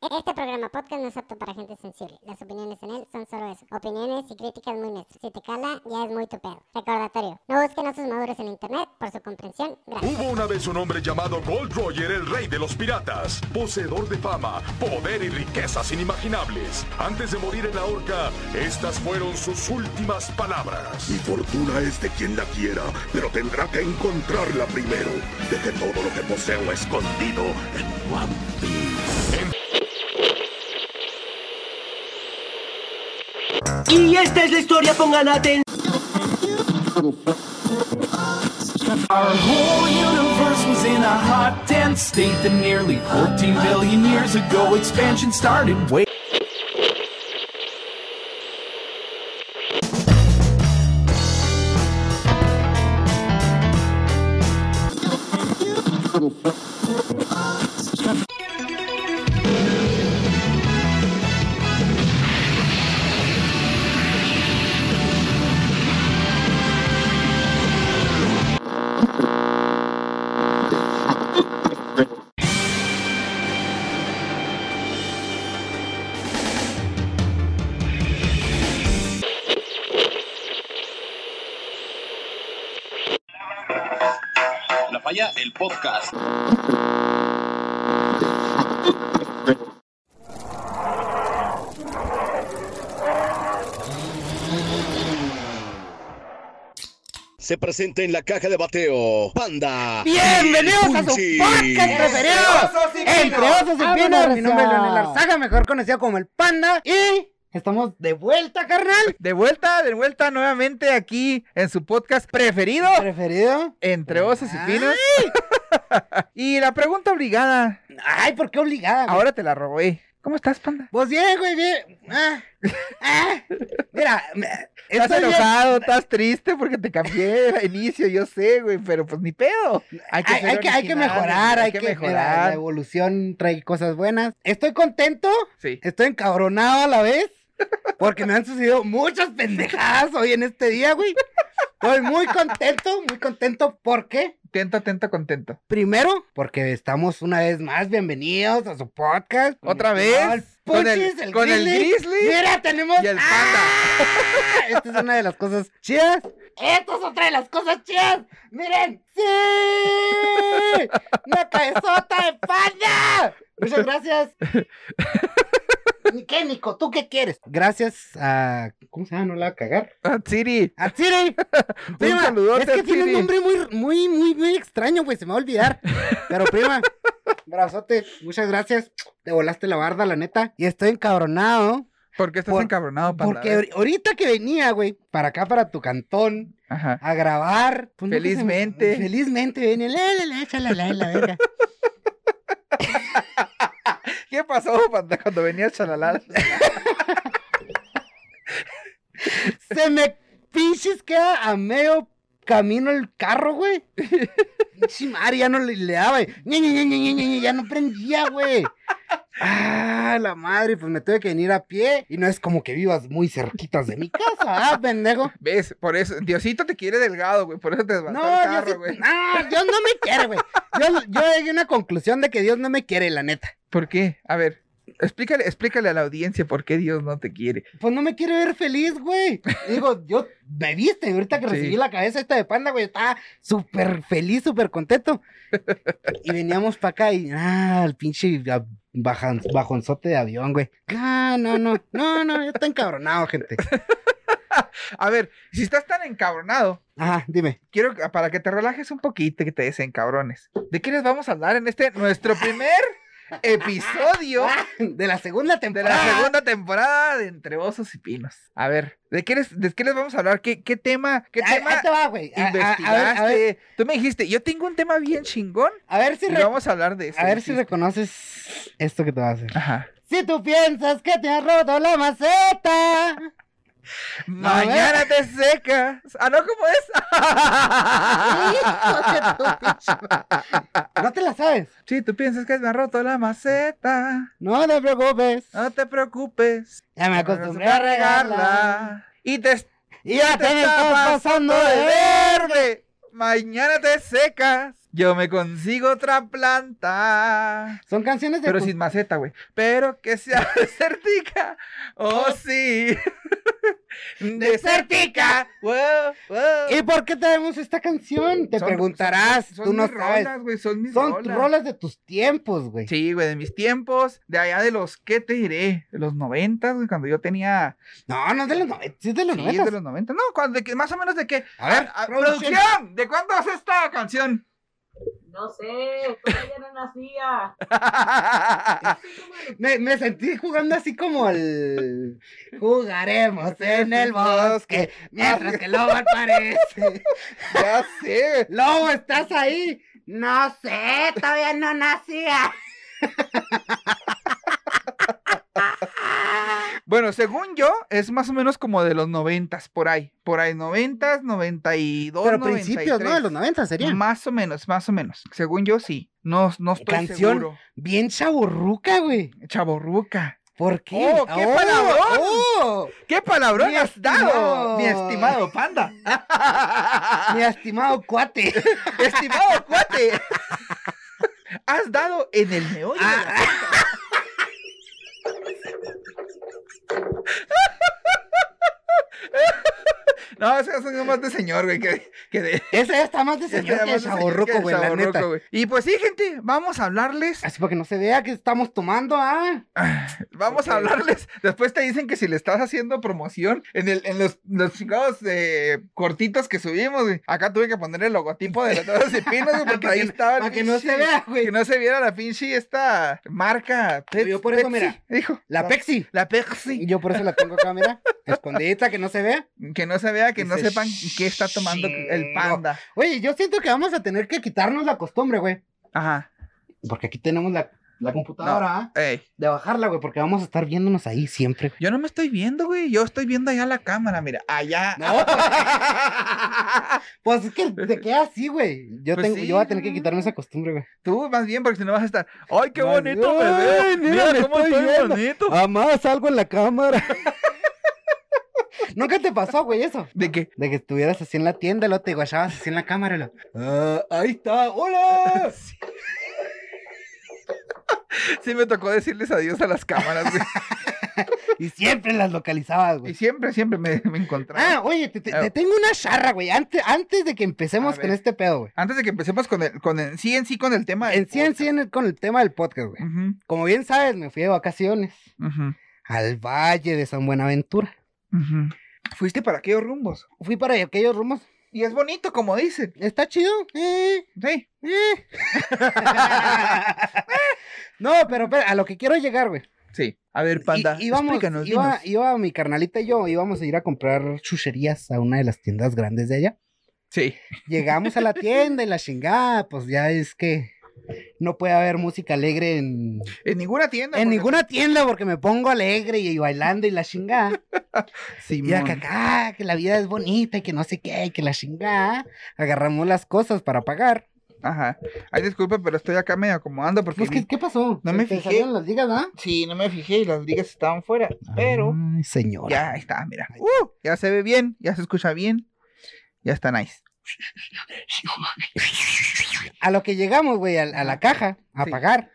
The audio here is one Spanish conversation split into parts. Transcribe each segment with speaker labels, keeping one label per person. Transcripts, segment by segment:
Speaker 1: Este programa podcast no es apto para gente sensible. Las opiniones en él son solo eso. Opiniones y críticas muy netas. Si te cala, ya es muy tu pedo. Recordatorio, no busquen a sus maduros en internet por su comprensión. Gracias.
Speaker 2: Hubo una vez un hombre llamado Gold Roger, el rey de los piratas, poseedor de fama, poder y riquezas inimaginables. Antes de morir en la horca, estas fueron sus últimas palabras.
Speaker 3: Mi fortuna es de quien la quiera, pero tendrá que encontrarla primero. Dejé todo lo que poseo escondido en One Piece.
Speaker 4: Y esta es la historia, pongan atención.
Speaker 5: Our whole universe was in a hot, dense state that nearly 14 billion years ago expansion started. Wait.
Speaker 6: La Falla, el podcast.
Speaker 7: Se presenta en la caja de bateo. Panda.
Speaker 8: Bienvenidos a su
Speaker 7: Punchi.
Speaker 8: podcast preferido. Entre osos y pinos. Mi nombre es Leonel Arzaga, mejor conocido como el Panda. Y estamos de vuelta, carnal.
Speaker 9: De vuelta, de vuelta nuevamente aquí en su podcast preferido,
Speaker 8: Preferido.
Speaker 9: entre osos y pinos.
Speaker 8: Ay.
Speaker 9: Y la pregunta obligada,
Speaker 8: Ay, ¿por qué obligada? güey?
Speaker 9: ahora te la robé. ¿Cómo estás, panda?
Speaker 8: Pues bien, güey, bien. Ah, ah. Mira, me-
Speaker 9: Estás
Speaker 8: estoy bien.
Speaker 9: enojado, estás triste porque te cambié el inicio, yo sé, güey, pero pues ni pedo.
Speaker 8: Hay que, hay,
Speaker 9: ser
Speaker 8: que, hay que
Speaker 9: originales,
Speaker 8: mejorar, hay que, mejorar. la
Speaker 9: mejorar.
Speaker 8: evolución trae cosas buenas. Estoy contento,
Speaker 9: Sí.
Speaker 8: estoy encabronado a la vez, porque me han sucedido muchas pendejadas hoy en este día, güey. Estoy muy contento, muy contento, ¿por qué?
Speaker 9: Atento, atento, contento.
Speaker 8: Primero, porque estamos una vez más bienvenidos a su podcast.
Speaker 9: ¿Otra
Speaker 8: No,
Speaker 9: vez?
Speaker 8: el
Speaker 9: ¿Con el-
Speaker 8: Puchis, el
Speaker 9: con el Grizzly?
Speaker 8: Mira, tenemos.
Speaker 9: Y el Panda.
Speaker 8: ¡Ah! Esta es una de las cosas chidas. Esta es otra de las cosas chidas. Miren, sí. Una cabezota de panda. Muchas gracias. Ni ¿Qué, Nico? ¿Tú qué quieres? Gracias a. ¿Cómo se llama? No la va a cagar.
Speaker 9: Ah, Siri,
Speaker 8: A Siri. Prima,
Speaker 9: saludote
Speaker 8: es que
Speaker 9: a
Speaker 8: tiene un
Speaker 9: Siri.
Speaker 8: nombre muy, muy, muy, muy extraño, güey. Se me va a olvidar. Pero, prima, brazote, muchas gracias. Te volaste la barda, la neta. Y estoy encabronado.
Speaker 9: ¿por qué estás
Speaker 8: Por-
Speaker 9: encabronado, panda?
Speaker 8: Porque ahor- ahorita que venía, güey, para acá, para tu cantón,
Speaker 9: Ajá.
Speaker 8: a grabar. pues, no que se me-
Speaker 9: Felizmente.
Speaker 8: felizmente venía. La, la, la, chala, la, la, verga.
Speaker 9: ¿Qué pasó, panda, cuando venías chalalala?
Speaker 8: Se me pinches queda a medio camino el carro, güey. Pinche madre, ya no le, le daba, güey. Ñe, Ñe, Ñe, Ñe, Ñe, Ñe, Ñe, ya no prendía, güey. Ah, la madre, pues me tuve que venir a pie. Y no es como que vivas muy cerquitas de mi casa, ah, pendejo.
Speaker 9: ¿Ves? Por eso, Diosito te quiere delgado, güey, por eso te desbarató
Speaker 8: No,
Speaker 9: el
Speaker 8: Dios,
Speaker 9: carro, güey.
Speaker 8: no, Dios no me quiere, güey. Yo, yo llegué a una conclusión de que Dios no me quiere, la neta.
Speaker 9: ¿Por qué? A ver, explícale, explícale a la audiencia por qué Dios no te quiere.
Speaker 8: Pues no me quiere ver feliz, güey. Digo, yo me viste ahorita que
Speaker 9: Sí.
Speaker 8: recibí la cabeza esta de panda, güey. Estaba súper feliz, súper contento. Y veníamos para acá y, ah, el pinche ah, bajan- bajonzote de avión, güey. Ah, no, no, no, no, yo estoy encabronado, gente.
Speaker 9: A ver, si estás tan encabronado,
Speaker 8: Ajá, dime.
Speaker 9: quiero que- para que te relajes un poquito y que te desencabrones. ¿De qué les vamos a hablar en este, nuestro primer episodio
Speaker 8: Ah, De la segunda
Speaker 9: de
Speaker 8: temporada.
Speaker 9: la segunda temporada de Entre Osos y Pinos? A ver, ¿de qué les, de qué les vamos a hablar? ¿Qué, qué tema? ¿Qué
Speaker 8: Ahí-
Speaker 9: tema?
Speaker 8: ahí te va, güey. A- a- A, ver,
Speaker 9: Investigaste.
Speaker 8: a ver,
Speaker 9: Tú me dijiste, yo tengo un tema bien chingón
Speaker 8: a ver si,
Speaker 9: y
Speaker 8: re-
Speaker 9: vamos a hablar de eso.
Speaker 8: a ver si
Speaker 9: dijiste.
Speaker 8: reconoces esto que te va a hacer.
Speaker 9: Ajá.
Speaker 8: Si tú piensas que te has roto la maceta.
Speaker 9: Mañana te secas. Ah, no, ¿cómo es?
Speaker 8: No te la sabes.
Speaker 9: Si tú piensas que me ha roto la maceta,
Speaker 8: No te preocupes.
Speaker 9: no te preocupes.
Speaker 8: Ya me acostumbré a regarla.
Speaker 9: Y te,
Speaker 8: Y ya te,
Speaker 9: te
Speaker 8: me
Speaker 9: está pasando de
Speaker 8: ver.
Speaker 9: verde. Mañana te secas. Yo me consigo otra planta.
Speaker 8: Son canciones de.
Speaker 9: Pero
Speaker 8: cu-
Speaker 9: sin maceta, güey. Pero que sea desértica. Oh, sí. desértica. Wow, wow.
Speaker 8: ¿Y por qué tenemos esta canción? Te
Speaker 9: Son-
Speaker 8: preguntarás.
Speaker 9: son- son
Speaker 8: tú no
Speaker 9: mis
Speaker 8: sabes.
Speaker 9: rolas, güey, son mis
Speaker 8: Son
Speaker 9: rolas.
Speaker 8: rolas de tus tiempos, güey.
Speaker 9: Sí, güey, de mis tiempos, de allá de los, ¿qué te diré? De los noventas, güey, cuando yo tenía...
Speaker 8: No, no es de los noventas. Sí, es de los
Speaker 9: Sí,
Speaker 8: noventas.
Speaker 9: de los noventas. No, cuando, de que- más o menos de qué.
Speaker 8: A ver, producción.
Speaker 9: producción, ¿de cuándo es esta canción?
Speaker 10: No sé, todavía no nacía.
Speaker 8: Me, me sentí jugando así como al jugaremos en el bosque mientras que lobo aparece.
Speaker 9: ya sé.
Speaker 8: Lobo, ¿estás ahí? No sé, todavía no nacía.
Speaker 9: Bueno, según yo, es más o menos como de los noventas, por ahí. Por ahí, noventas, noventa y dos,
Speaker 8: Pero
Speaker 9: noventa y
Speaker 8: principios, ¿no? De
Speaker 9: tres.
Speaker 8: los 90 sería.
Speaker 9: Más o menos, más o menos. Según yo, sí. No, no estoy
Speaker 8: Canción.
Speaker 9: seguro.
Speaker 8: Bien chaburruca, güey.
Speaker 9: Chaborruca.
Speaker 8: ¿Por qué?
Speaker 9: ¡Oh, qué palabrón!
Speaker 8: oh.
Speaker 9: ¿Qué palabrón
Speaker 8: Mi
Speaker 9: has
Speaker 8: estimado.
Speaker 9: dado, mi estimado panda?
Speaker 8: Mi
Speaker 9: Ah.
Speaker 8: estimado cuate.
Speaker 9: estimado cuate. has dado en el meollo. de la-
Speaker 8: Ah.
Speaker 9: No, esas son más de señor, güey, que, que de...
Speaker 8: Ese ya está más de
Speaker 9: que
Speaker 8: señor
Speaker 9: de-
Speaker 8: que de chaburruco,
Speaker 9: que
Speaker 8: güey, la
Speaker 9: chaborruco,
Speaker 8: neta.
Speaker 9: güey. Y pues sí, gente, vamos a hablarles
Speaker 8: Así para que no se vea que estamos tomando, ¿ah?
Speaker 9: Vamos a hablarles. Después te dicen que si le estás haciendo promoción en, el, en los, los chingados eh, cortitos que subimos, güey. Acá tuve que poner el logotipo de los y Pinos, güey, porque
Speaker 8: Para
Speaker 9: ahí
Speaker 8: que no-
Speaker 9: estaba. el
Speaker 8: para que no
Speaker 9: pinche-
Speaker 8: se vea, güey.
Speaker 9: Que no se viera la pinche esta marca.
Speaker 8: Yo por eso,
Speaker 9: Pepsi,
Speaker 8: mira,
Speaker 9: Dijo.
Speaker 8: La
Speaker 9: No,
Speaker 8: Pexi.
Speaker 9: La Pepsi.
Speaker 8: Yo por eso la tengo acá, mira. Escondidita, que no se vea.
Speaker 9: Que no se vea, que no
Speaker 8: Dice,
Speaker 9: sepan qué está tomando el
Speaker 8: "Chingo".
Speaker 9: panda.
Speaker 8: Oye, yo siento que vamos a tener que quitarnos la costumbre, güey.
Speaker 9: Ajá.
Speaker 8: Porque aquí tenemos la, la computadora ¿ah?
Speaker 9: Ey.
Speaker 8: de bajarla, güey, porque vamos a estar viéndonos ahí siempre.
Speaker 9: Yo no me estoy viendo, güey. Yo estoy viendo allá la cámara, mira. Allá.
Speaker 8: No, Pues es que te queda así, güey. Yo,
Speaker 9: Pues
Speaker 8: tengo,
Speaker 9: sí,
Speaker 8: yo voy a tener
Speaker 9: no,
Speaker 8: que
Speaker 9: no,
Speaker 8: quitarme esa costumbre, güey.
Speaker 9: Tú más bien, porque si no vas a estar. ¡Ay, qué
Speaker 8: Más
Speaker 9: bonito me
Speaker 8: bien,
Speaker 9: veo! Mira,
Speaker 8: mira, me
Speaker 9: cómo
Speaker 8: estoy
Speaker 9: estoy
Speaker 8: viendo.
Speaker 9: bonito.
Speaker 8: Amás, algo en la cámara. ¿Nunca te pasó, güey, eso?
Speaker 9: ¿De qué?
Speaker 8: De que estuvieras así en la tienda, y luego te guachabas así en la cámara. y luego, "Ah, ahí está, hola.
Speaker 9: Sí me tocó decirles adiós a las cámaras, güey.
Speaker 8: Y siempre las localizabas,
Speaker 9: Y
Speaker 8: güey.
Speaker 9: siempre, siempre me, me encontraba.
Speaker 8: Ah, oye, te, te- te tengo una charra, güey. Antes, antes de que empecemos
Speaker 9: A
Speaker 8: con
Speaker 9: ver.
Speaker 8: este pedo, güey.
Speaker 9: Antes de que empecemos con el, con el, sí en sí con el tema. del
Speaker 8: En sí, en sí, en el- con el tema del podcast, güey.
Speaker 9: podcast. Ujú,
Speaker 8: Como bien sabes, me fui de vacaciones
Speaker 9: ujú,
Speaker 8: al Valle de San Buenaventura.
Speaker 9: ujú. Fuiste para aquellos rumbos.
Speaker 8: Fui para aquellos rumos.
Speaker 9: Y es bonito, como dicen.
Speaker 8: Está chido. Eh,
Speaker 9: Sí.
Speaker 8: eh. no, pero, espera, a lo que quiero llegar, güey.
Speaker 9: Sí. A ver, panda.
Speaker 8: I- íbamos,
Speaker 9: explícanos,
Speaker 8: iba,
Speaker 9: dinos.
Speaker 8: iba mi carnalita y yo, íbamos a ir a comprar chucherías a una de las tiendas grandes de allá.
Speaker 9: Sí.
Speaker 8: Llegamos a la tienda y la chingada, pues ya es que no puede haber música alegre en,
Speaker 9: En ninguna tienda.
Speaker 8: en
Speaker 9: porque-
Speaker 8: ninguna tienda porque me pongo alegre y, bailando y la chingada. Y
Speaker 9: Simón.
Speaker 8: acá, acá, que la vida es bonita y que no sé qué, y que la chingada. Agarramos las cosas para pagar.
Speaker 9: Ajá. Ay, disculpa, pero estoy acá medio acomodando porque.
Speaker 8: Pues, ¿qué, qué pasó?
Speaker 9: No me
Speaker 8: ¿Te
Speaker 9: fijé.
Speaker 8: salieron las ligas, ¿ah?
Speaker 9: Sí, no me fijé y las ligas estaban fuera. Pero.
Speaker 8: Ay, señora.
Speaker 9: Ya, ahí está, mira. Uh, ya se ve bien, ya se escucha bien. Ya está nice.
Speaker 8: A lo que llegamos, güey, a, a la caja, a
Speaker 9: Sí.
Speaker 8: pagar.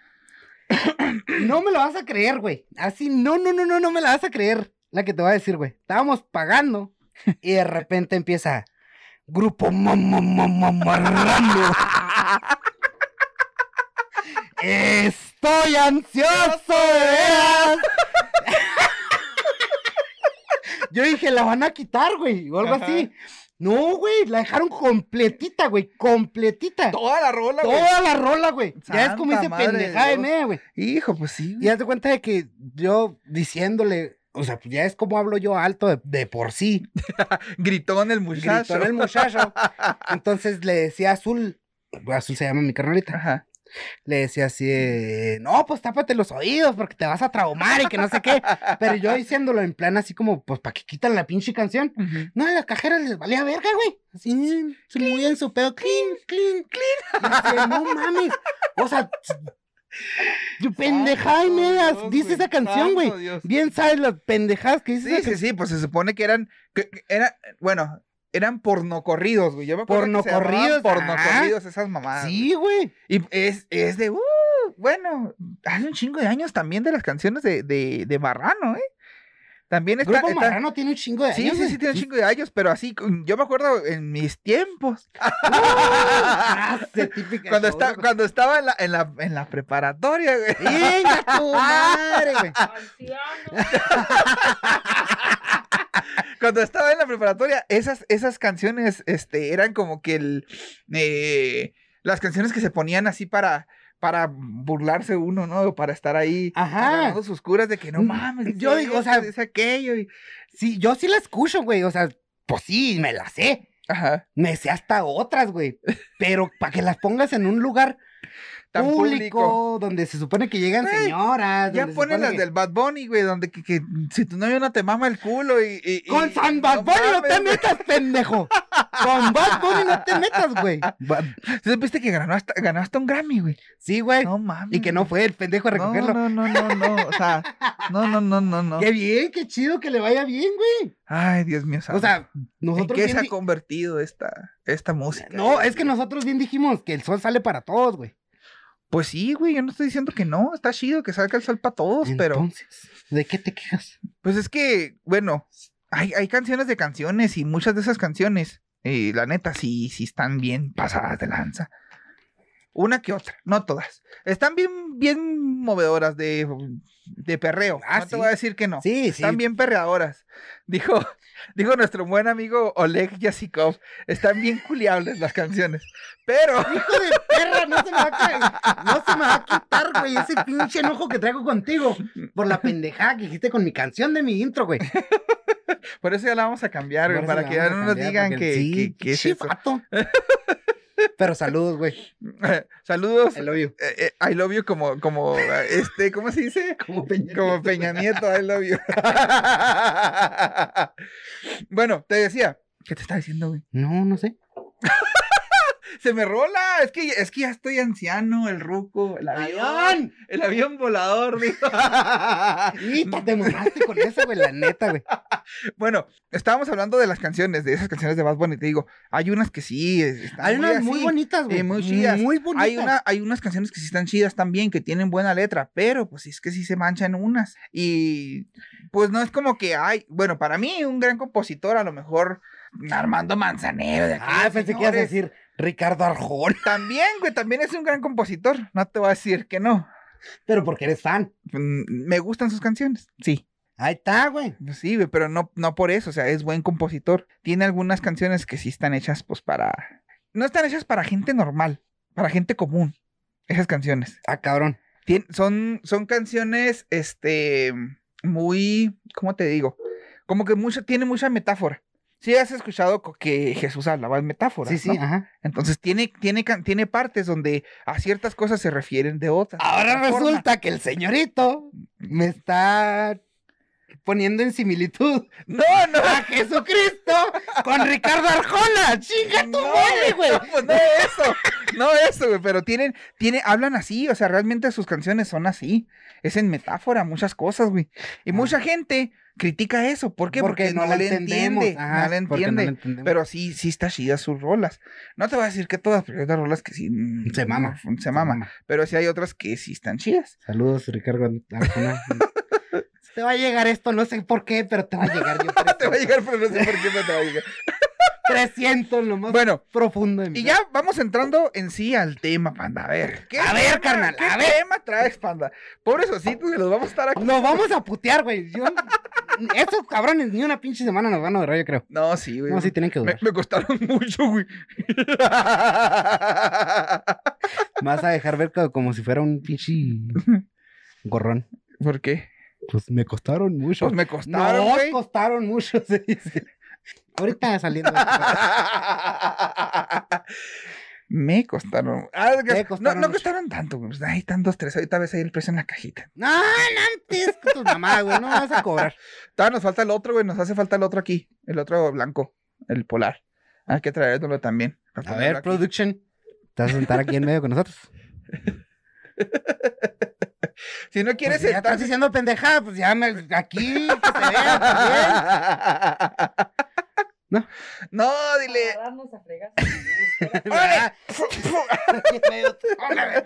Speaker 8: No me lo vas a creer, güey. Así, no, no, no, no, no me la vas a creer. La que te voy a decir, güey. Estábamos pagando y de repente empieza Grupo Mamarrando. Estoy ansioso de veras. Yo dije, la van a quitar, güey, o algo
Speaker 9: Ajá.
Speaker 8: así. No, güey, la dejaron completita, güey, completita.
Speaker 9: Toda la rola,
Speaker 8: Toda la rola, güey. Ya es
Speaker 9: Santa
Speaker 8: como dice
Speaker 9: madre de
Speaker 8: pendejada de
Speaker 9: Dios.
Speaker 8: media, güey.
Speaker 9: Hijo, pues sí.
Speaker 8: Y haz de cuenta de que yo diciéndole, o sea, pues ya es como hablo yo alto de, de por sí.
Speaker 9: Gritó en el muchacho.
Speaker 8: Gritó el muchacho. Entonces le decía a Azul, Azul se llama mi carnalita,
Speaker 9: Ajá.
Speaker 8: le decía así, de, no, pues tápate los oídos porque te vas a traumar y que no sé qué. Pero yo diciéndolo en plan así como, pues para que quitan la pinche canción. No, a las cajeras les valía verga, güey. Así, se movían su pedo. Clean, clean, clean. Y decía, no mames. O sea, tu pendejada y
Speaker 9: Santo
Speaker 8: media.
Speaker 9: Dios,
Speaker 8: Dice
Speaker 9: güey,
Speaker 8: esa canción, güey.
Speaker 9: santo Dios.
Speaker 8: Bien sabes las pendejadas que dice
Speaker 9: Sí,
Speaker 8: esa
Speaker 9: sí,
Speaker 8: canción.
Speaker 9: sí, pues se supone que eran, que- que era, bueno, eran pornocorridos, güey. Yo me acuerdo que se llamaban
Speaker 8: Pornocorridos,
Speaker 9: pornocorridos esas mamadas.
Speaker 8: Sí, güey.
Speaker 9: Y es, es de, uh, bueno, hace un chingo de años también de las canciones de, de, de Marrano, ¿eh? También está...
Speaker 8: Grupo
Speaker 9: está-
Speaker 8: Marrano ¿eh? tiene un chingo de
Speaker 9: Sí,
Speaker 8: años,
Speaker 9: sí,
Speaker 8: güey.
Speaker 9: sí, tiene un chingo de años, pero así, con- yo me acuerdo en mis tiempos,
Speaker 8: ¡Uh! Frase Ah, típica.
Speaker 9: cuando,
Speaker 8: de
Speaker 9: está,
Speaker 8: Chabelo.
Speaker 9: cuando estaba en la, en la, en la preparatoria, güey.
Speaker 8: ¡Venga tu madre, güey!
Speaker 10: Anciano.
Speaker 9: Cuando estaba en la preparatoria, esas, esas canciones este, eran como que el, eh, las canciones que se ponían así para, para burlarse uno, ¿no? O Para estar ahí
Speaker 8: Ajá.
Speaker 9: agarrando sus curas de que no
Speaker 8: Mm,
Speaker 9: mames. dice
Speaker 8: yo digo, o
Speaker 9: esto,
Speaker 8: sea-
Speaker 9: dice aquello. Y...
Speaker 8: Sí, yo sí la escucho, güey. O sea, pues sí, me la sé.
Speaker 9: Ajá.
Speaker 8: Me sé hasta otras, güey. Pero para que las pongas en un lugar
Speaker 9: Tan
Speaker 8: público,
Speaker 9: público.
Speaker 8: donde se supone que llegan
Speaker 9: Güey,
Speaker 8: señoras.
Speaker 9: Ya
Speaker 8: donde se
Speaker 9: ponen
Speaker 8: supone
Speaker 9: las
Speaker 8: que-
Speaker 9: del Bad Bunny, güey, donde que, que si tu novio no te mama el culo y... y- y-
Speaker 8: Con San Bad
Speaker 9: no
Speaker 8: Bunny no,
Speaker 9: mames,
Speaker 8: te
Speaker 9: güey.
Speaker 8: metas, pendejo. Con Bad Bunny no te metas, güey. Ba-
Speaker 9: ¿Sí ¿Viste que ganó hasta, ganó hasta un Grammy, güey?
Speaker 8: Sí, güey.
Speaker 9: No mames.
Speaker 8: y que no fue el pendejo a
Speaker 9: No,
Speaker 8: recogerlo.
Speaker 9: No, no, no, no, o sea, no, no, no, no, no.
Speaker 8: Qué bien, qué chido que le vaya bien, güey.
Speaker 9: Ay, Dios mío, santo.
Speaker 8: O sea,
Speaker 9: ¿En
Speaker 8: nosotros
Speaker 9: qué
Speaker 8: bien
Speaker 9: se ha
Speaker 8: di-
Speaker 9: convertido esta, esta música?
Speaker 8: No, es que nosotros bien dijimos que el sol sale para todos, güey.
Speaker 9: Pues sí, güey, yo no estoy diciendo que no, está chido que salga el sol para todos, pero
Speaker 8: Entonces, ¿de qué te quejas?
Speaker 9: pues es que, bueno, hay, hay canciones de canciones y muchas de esas canciones, eh, la neta, sí, sí están bien pasadas de lanza. Una que otra, no todas. Están bien, bien movedoras de, de perreo.
Speaker 8: Ah,
Speaker 9: no
Speaker 8: sí.
Speaker 9: te voy a decir que no.
Speaker 8: Sí, sí.
Speaker 9: Están bien perreadoras. Dijo, dijo nuestro buen amigo Oleg Yasikov. Están bien culiables las canciones. Pero,
Speaker 8: Hijo de perra, no se me va a, ca- no se me va a quitar, güey, ese pinche enojo que traigo contigo por la pendejada que dijiste con mi canción de mi intro, güey.
Speaker 9: por eso ya la vamos a cambiar, güey,
Speaker 8: Por eso
Speaker 9: para
Speaker 8: la
Speaker 9: que ya
Speaker 8: vamos a
Speaker 9: no nos
Speaker 8: cambiar,
Speaker 9: digan
Speaker 8: porque
Speaker 9: que,
Speaker 8: sí,
Speaker 9: que- que es
Speaker 8: sí,
Speaker 9: eso.
Speaker 8: vato. Pero saludos, güey.
Speaker 9: Saludos.
Speaker 8: I love you.
Speaker 9: Eh, eh, I love you como, como, eh, este, ¿cómo se dice?
Speaker 8: Como Peña
Speaker 9: Como
Speaker 8: Nieto.
Speaker 9: Peña Nieto, I love you. bueno, te decía. ¿Qué te está diciendo, güey?
Speaker 8: No, no sé.
Speaker 9: Se me rola. Es que, es que ya estoy anciano, el ruco, el avión.
Speaker 8: ¡Avión!
Speaker 9: El avión volador, dijo.
Speaker 8: Hijita, te mamaste con eso, güey, la neta, güey.
Speaker 9: Bueno, estábamos hablando de las canciones, de esas canciones de Bad Bunny. Te digo, hay unas que sí. es- están
Speaker 8: Hay unas muy
Speaker 9: así,
Speaker 8: bonitas, güey.
Speaker 9: eh, muy chidas.
Speaker 8: Muy bonitas.
Speaker 9: Hay, una, hay unas canciones que sí están chidas también, que tienen buena letra, pero pues es que sí se manchan unas. Y pues no es como que hay, bueno, para mí un gran compositor, a lo mejor Armando Manzanero. De
Speaker 8: Ah,
Speaker 9: aquellos
Speaker 8: pensé que ibas a
Speaker 9: señores.
Speaker 8: decir Ricardo Arjón.
Speaker 9: También, güey, también es un gran compositor. No te voy a decir que no.
Speaker 8: Pero porque eres fan.
Speaker 9: Mm, Me gustan sus canciones, sí.
Speaker 8: Ahí está, güey.
Speaker 9: Pues Sí, güey, pero no, no por eso, o sea, es buen compositor. Tiene algunas canciones que sí están hechas, pues, para... No están hechas para gente normal, para gente común, esas canciones.
Speaker 8: Ah, cabrón.
Speaker 9: Tien- son, son canciones, este, muy, ¿cómo te digo? Como que mucho, tiene mucha metáfora. Sí has escuchado co- que Jesús hablaba en metáforas,
Speaker 8: Sí, sí,
Speaker 9: ¿no?
Speaker 8: ajá.
Speaker 9: Entonces tiene, tiene, can- tiene partes donde a ciertas cosas se refieren de otras. de
Speaker 8: Ahora
Speaker 9: otra forma.
Speaker 8: resulta que el señorito me está poniendo en similitud
Speaker 9: No, no.
Speaker 8: a Jesucristo con Ricardo Arjona. ¡Chinga tu madre, güey!
Speaker 9: No, pues no eso, no eso, güey, pero tienen, tiene, hablan así, o sea, realmente sus canciones son así. Es en metáfora, muchas cosas, güey. Y
Speaker 8: Ah.
Speaker 9: mucha gente critica eso. ¿Por qué? Porque, no,
Speaker 8: la
Speaker 9: le
Speaker 8: entendemos,
Speaker 9: entiende.
Speaker 8: ajá,
Speaker 9: no le
Speaker 8: porque
Speaker 9: entiende.
Speaker 8: la entendemos.
Speaker 9: Pero sí, sí está chidas sus rolas. No te voy a decir que todas, pero hay otras rolas que sí. mm,
Speaker 8: Se mama.
Speaker 9: mm, Se mama. Pero sí hay otras que sí están chidas.
Speaker 8: Saludos, Ricardo Arjona. te va a llegar esto, no sé por qué, pero te va a llegar. Yo
Speaker 9: Te va a llegar, pero no sé por qué no te va a llegar.
Speaker 8: 300 en lo más
Speaker 9: Bueno,
Speaker 8: profundo de mi
Speaker 9: Y ya vamos entrando en sí al tema, panda. A ver. ¿qué
Speaker 8: A ver,
Speaker 9: tema-
Speaker 8: carnal,
Speaker 9: ¿Qué
Speaker 8: a ver.
Speaker 9: tema traes, panda? Pobres ositos que los vamos a estar aquí.
Speaker 8: Lo vamos a putear, güey. Yo... Estos cabrones ni una pinche semana nos van a durar, yo creo.
Speaker 9: No, sí, güey.
Speaker 8: No, sí tienen que
Speaker 9: me,
Speaker 8: durar.
Speaker 9: me costaron mucho, güey.
Speaker 8: Me vas a dejar ver co- como si fuera un pinche gorrón.
Speaker 9: ¿Por qué?
Speaker 8: Pues me costaron mucho.
Speaker 9: Pues me costaron,
Speaker 8: Nos
Speaker 9: güey.
Speaker 8: costaron mucho, se dice. Ahorita saliendo.
Speaker 9: Me costaron. Ah,
Speaker 8: Te
Speaker 9: no-
Speaker 8: costaron
Speaker 9: no,
Speaker 8: mucho.
Speaker 9: costaron tanto, güey. Pues Ahí están dos, tres. Ahorita ves ahí el precio en la cajita.
Speaker 8: No, no antes con tus mamás, güey. No vas a cobrar.
Speaker 9: Todavía nos falta el otro, güey. Nos hace falta el otro aquí. El otro blanco. El polar. Hay que traérnoslo también. Para
Speaker 8: A
Speaker 9: ponerlo
Speaker 8: ver,
Speaker 9: aquí.
Speaker 8: production. ¿Te vas a sentar aquí en medio con nosotros?
Speaker 9: Si no quieres
Speaker 8: Pues si ya estás
Speaker 9: sentarse-
Speaker 8: diciendo pendejada, pues ya me, aquí, que se vea también.
Speaker 5: No.
Speaker 9: No, dile. Ah.
Speaker 10: Darnos a fregar.
Speaker 9: ¡Órale!
Speaker 5: Medio- órale,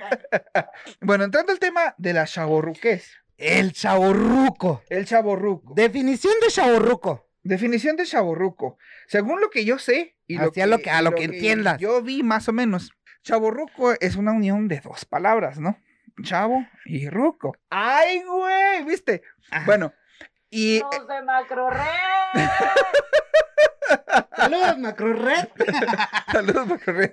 Speaker 9: Bueno, entrando al tema de la chaborruquez.
Speaker 5: El chaborruco.
Speaker 9: El chaborruco.
Speaker 5: Definición de chaborruco.
Speaker 9: Definición de chaborruco. Según lo que yo sé y
Speaker 5: Así a lo que- a
Speaker 9: y
Speaker 5: lo que entiendas.
Speaker 9: Yo vi más o menos. Chaborruco es una unión de dos palabras, ¿no? Chavo y ruco. ¡Ay, güey! ¿Viste? Bueno, y
Speaker 10: Los de Macro Red.
Speaker 5: Saludos, Macro Red.
Speaker 9: Saludos, Paco Red.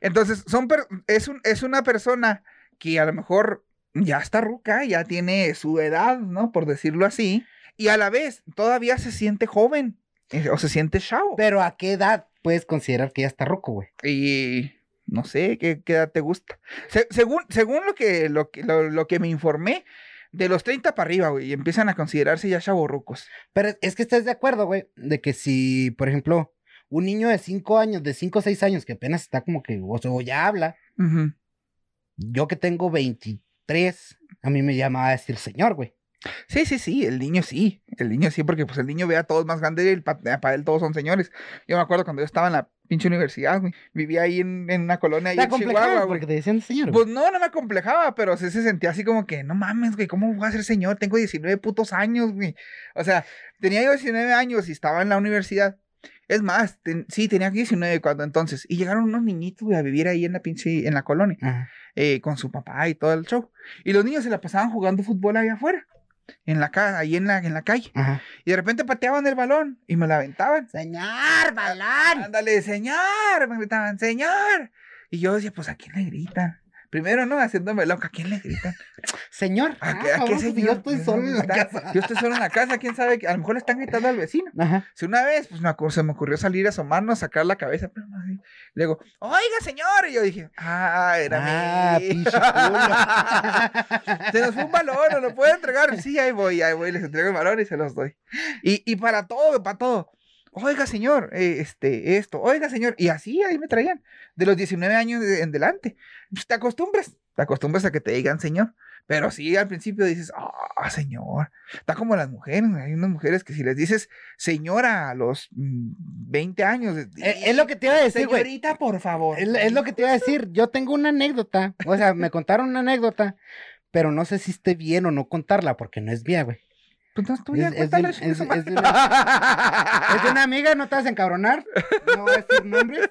Speaker 9: Entonces, son per- es, un- es una persona que a lo mejor ya está ruca, ya tiene su edad, ¿no? Por decirlo así. Y a la vez todavía se siente joven eh, o se siente chavo.
Speaker 5: Pero ¿a qué edad puedes considerar que ya está ruco, güey?
Speaker 9: Y no sé qué, qué edad te gusta. Se- según según lo, que, lo, que, lo, lo que me informé, de los 30 para arriba, güey, empiezan a considerarse ya chavorrucos.
Speaker 5: Pero es que estás de acuerdo, güey, de que si, por ejemplo, un niño de 5 años, de 5 o 6 años, que apenas está como que, o sea, o ya habla,
Speaker 9: Ujú.
Speaker 5: yo que tengo 23, a mí me llama a decir señor, güey.
Speaker 9: Sí, sí, sí, el niño sí, el niño sí, porque pues el niño ve a todos más grandes y para, él todos son señores. Yo me acuerdo cuando yo estaba en la pinche universidad, güey, vivía ahí en, en una colonia ahí
Speaker 5: Está
Speaker 9: en Chihuahua,
Speaker 5: complicado
Speaker 9: güey.
Speaker 5: porque te decían señor.
Speaker 9: Pues no, no me complejaba, pero sí se sentía así como que, no mames, güey, ¿cómo voy a ser señor? Tengo 19 putos años, güey. O sea, tenía yo 19 años y estaba en la universidad. Es más, ten- sí, tenía 19 cuando entonces. Y llegaron unos niñitos, güey, a vivir ahí en la pinche, en la colonia
Speaker 5: güey. Ajá.
Speaker 9: eh, con su papá y todo el show. Y los niños se la pasaban jugando fútbol ahí afuera, en la ca ahí en la, en la calle.
Speaker 5: Ajá.
Speaker 9: Y de repente pateaban el balón y me la aventaban.
Speaker 5: Señor, balón.
Speaker 9: Ándale, señor, me gritaban, señor. Y yo decía, pues, ¿a quién le gritan? Primero, ¿no? Haciéndome loca, ¿a quién le gritan?
Speaker 5: Señor.
Speaker 9: ¿A
Speaker 5: Ah,
Speaker 9: qué, a qué
Speaker 5: cabrón, pues
Speaker 9: señor?
Speaker 5: Yo estoy solo en la
Speaker 9: Está-
Speaker 5: casa.
Speaker 9: Yo estoy solo en la casa, quién sabe, que- a lo mejor le están gritando al vecino.
Speaker 5: Ajá.
Speaker 9: Si una vez, pues, me acu- se me ocurrió salir a asomarnos, sacar la cabeza. pero no, así. Le digo, oiga, señor. Y yo dije, ah, era
Speaker 5: Ah,
Speaker 9: mí".
Speaker 5: pinche culo.
Speaker 9: Se nos fue un balón, ¿no lo puede entregar? Sí, ahí voy, ahí voy, les entrego el balón y se los doy. Y, y para todo, para todo. Oiga, señor, eh, este, esto, oiga, señor. Y así, ahí me traían, de los 19 años de- en delante. Pues, te acostumbras, te acostumbras a que te digan señor. Pero sí, al principio dices, ah, señor. Está como las mujeres, hay unas mujeres que si les dices señora a los mm, 20 años.
Speaker 5: Eh, Es, es lo que te iba a decir, güey.
Speaker 9: Señorita, por favor.
Speaker 5: Es, es lo que te iba a decir. Yo tengo una anécdota. O sea, me contaron una anécdota, pero no sé si esté bien o no contarla porque no es mía, güey.
Speaker 9: Pues no, tú ya
Speaker 5: Es, es de,
Speaker 9: cuéntalo,
Speaker 5: un-
Speaker 9: chingue
Speaker 5: es-
Speaker 9: su madre.
Speaker 5: es de una, es
Speaker 9: Ah.
Speaker 5: de una amiga, no te vas a encabronar. No voy a decir nombres.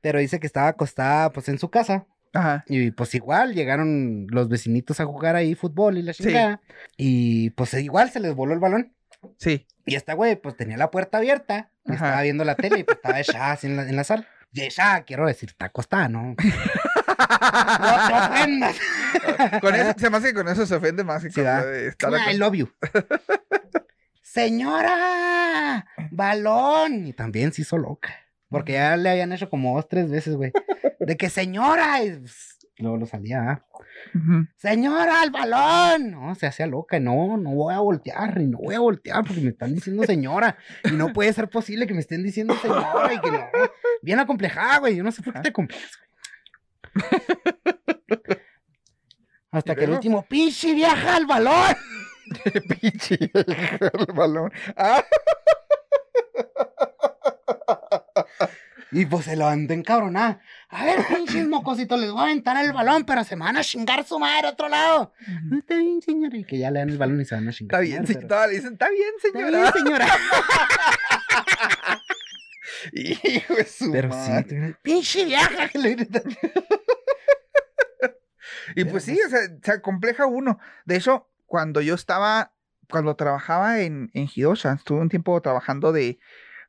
Speaker 5: Pero dice que estaba acostada pues en su casa.
Speaker 9: Ajá.
Speaker 5: Y pues igual llegaron los vecinitos a jugar ahí fútbol y la
Speaker 9: Sí.
Speaker 5: chingada. Y pues igual se les voló el balón.
Speaker 9: Sí.
Speaker 5: Y esta güey, pues tenía la puerta abierta, y
Speaker 9: Ajá.
Speaker 5: estaba viendo la tele y pues, estaba Shah así en la, en la sala. Y Shah, quiero decir, está acostada, ¿no? No te ofendas.
Speaker 9: Con eso, se me hace que con eso se ofende más que
Speaker 5: Sí,
Speaker 9: con
Speaker 5: ¿verdad?
Speaker 9: lo de estar acá.
Speaker 5: I love you. Señora, balón. Y también se hizo loca. Porque ya le habían hecho como dos, tres veces, güey. De que señora. Y, pues, luego lo salía. ¿ah?
Speaker 9: Ujú.
Speaker 5: Señora, el balón. No, se hacía loca. y No, no voy a voltear. Y no voy a voltear porque me están diciendo señora. Y no puede ser posible que me estén diciendo señora. Y que no. Bien acomplejada, güey. Yo no sé por qué te complejas, güey. Hasta
Speaker 9: ¿Y
Speaker 5: que el
Speaker 9: luego?
Speaker 5: último, pinche viaja al balón.
Speaker 9: Pinche el balón. Ah,
Speaker 5: Y pues se levantó encabronada. A ver, pinches mocositos, les voy a aventar el balón, pero se me van a chingar su madre a otro lado. No está bien, señora. Y que ya le dan el balón y se van a chingar.
Speaker 9: está
Speaker 5: su
Speaker 9: bien,
Speaker 5: madre,
Speaker 9: sí,
Speaker 5: pero-
Speaker 9: todavía le dicen, está bien, señora.
Speaker 5: Está bien, señora.
Speaker 9: Hijo de su
Speaker 5: Pero sí,
Speaker 9: madre.
Speaker 5: tú- pinche vieja que le grita.
Speaker 9: Y pues sí, o sea, se acompleja uno. De hecho, cuando yo estaba, cuando trabajaba en, en Hidosha, estuve un tiempo trabajando de,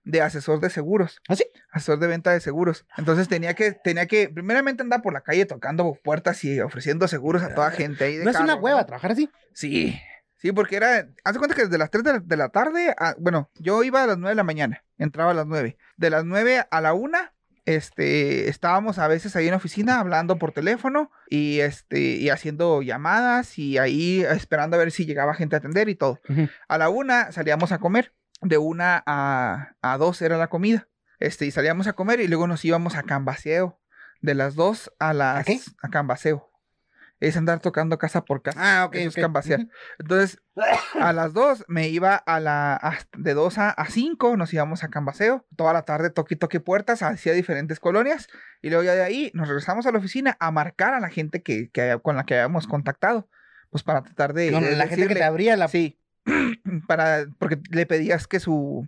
Speaker 9: de asesor de seguros.
Speaker 5: ¿Ah, sí?
Speaker 9: Asesor de venta de seguros. Entonces tenía que, tenía que, primeramente andar por la calle tocando puertas y ofreciendo seguros a toda gente ahí de
Speaker 5: No es una
Speaker 9: carro,
Speaker 5: hueva trabajar así.
Speaker 9: Sí, sí, porque era. Haz de cuenta que desde las 3 de la, de la tarde, a- bueno, yo iba a las 9 de la mañana, entraba a las 9. De las 9 a la 1, este, estábamos a veces ahí en la oficina hablando por teléfono y, este, y haciendo llamadas y ahí esperando a ver si llegaba gente a atender y todo.
Speaker 5: Ujú.
Speaker 9: A la 1 salíamos a comer, de 1 a, a 2 era la comida. Este, y salíamos a comer y luego nos íbamos a cambaseo. De las 2 a las.
Speaker 5: qué?
Speaker 9: ¿A, cambaseo. es andar tocando casa por casa.
Speaker 5: Ah, ok,
Speaker 9: Eso es
Speaker 5: ok.
Speaker 9: cambasear. Entonces, a las 2 me iba a la hasta- de 2 a, a 5 nos íbamos a cambaseo. Toda la tarde toque y toque puertas hacia diferentes colonias y luego ya de ahí nos regresamos a la oficina a marcar a la gente que, que- con la que habíamos contactado, pues para tratar de,
Speaker 5: Con
Speaker 9: de
Speaker 5: la gente que te
Speaker 9: decirle-
Speaker 5: abría la.
Speaker 9: Sí. Para, porque le pedías que su,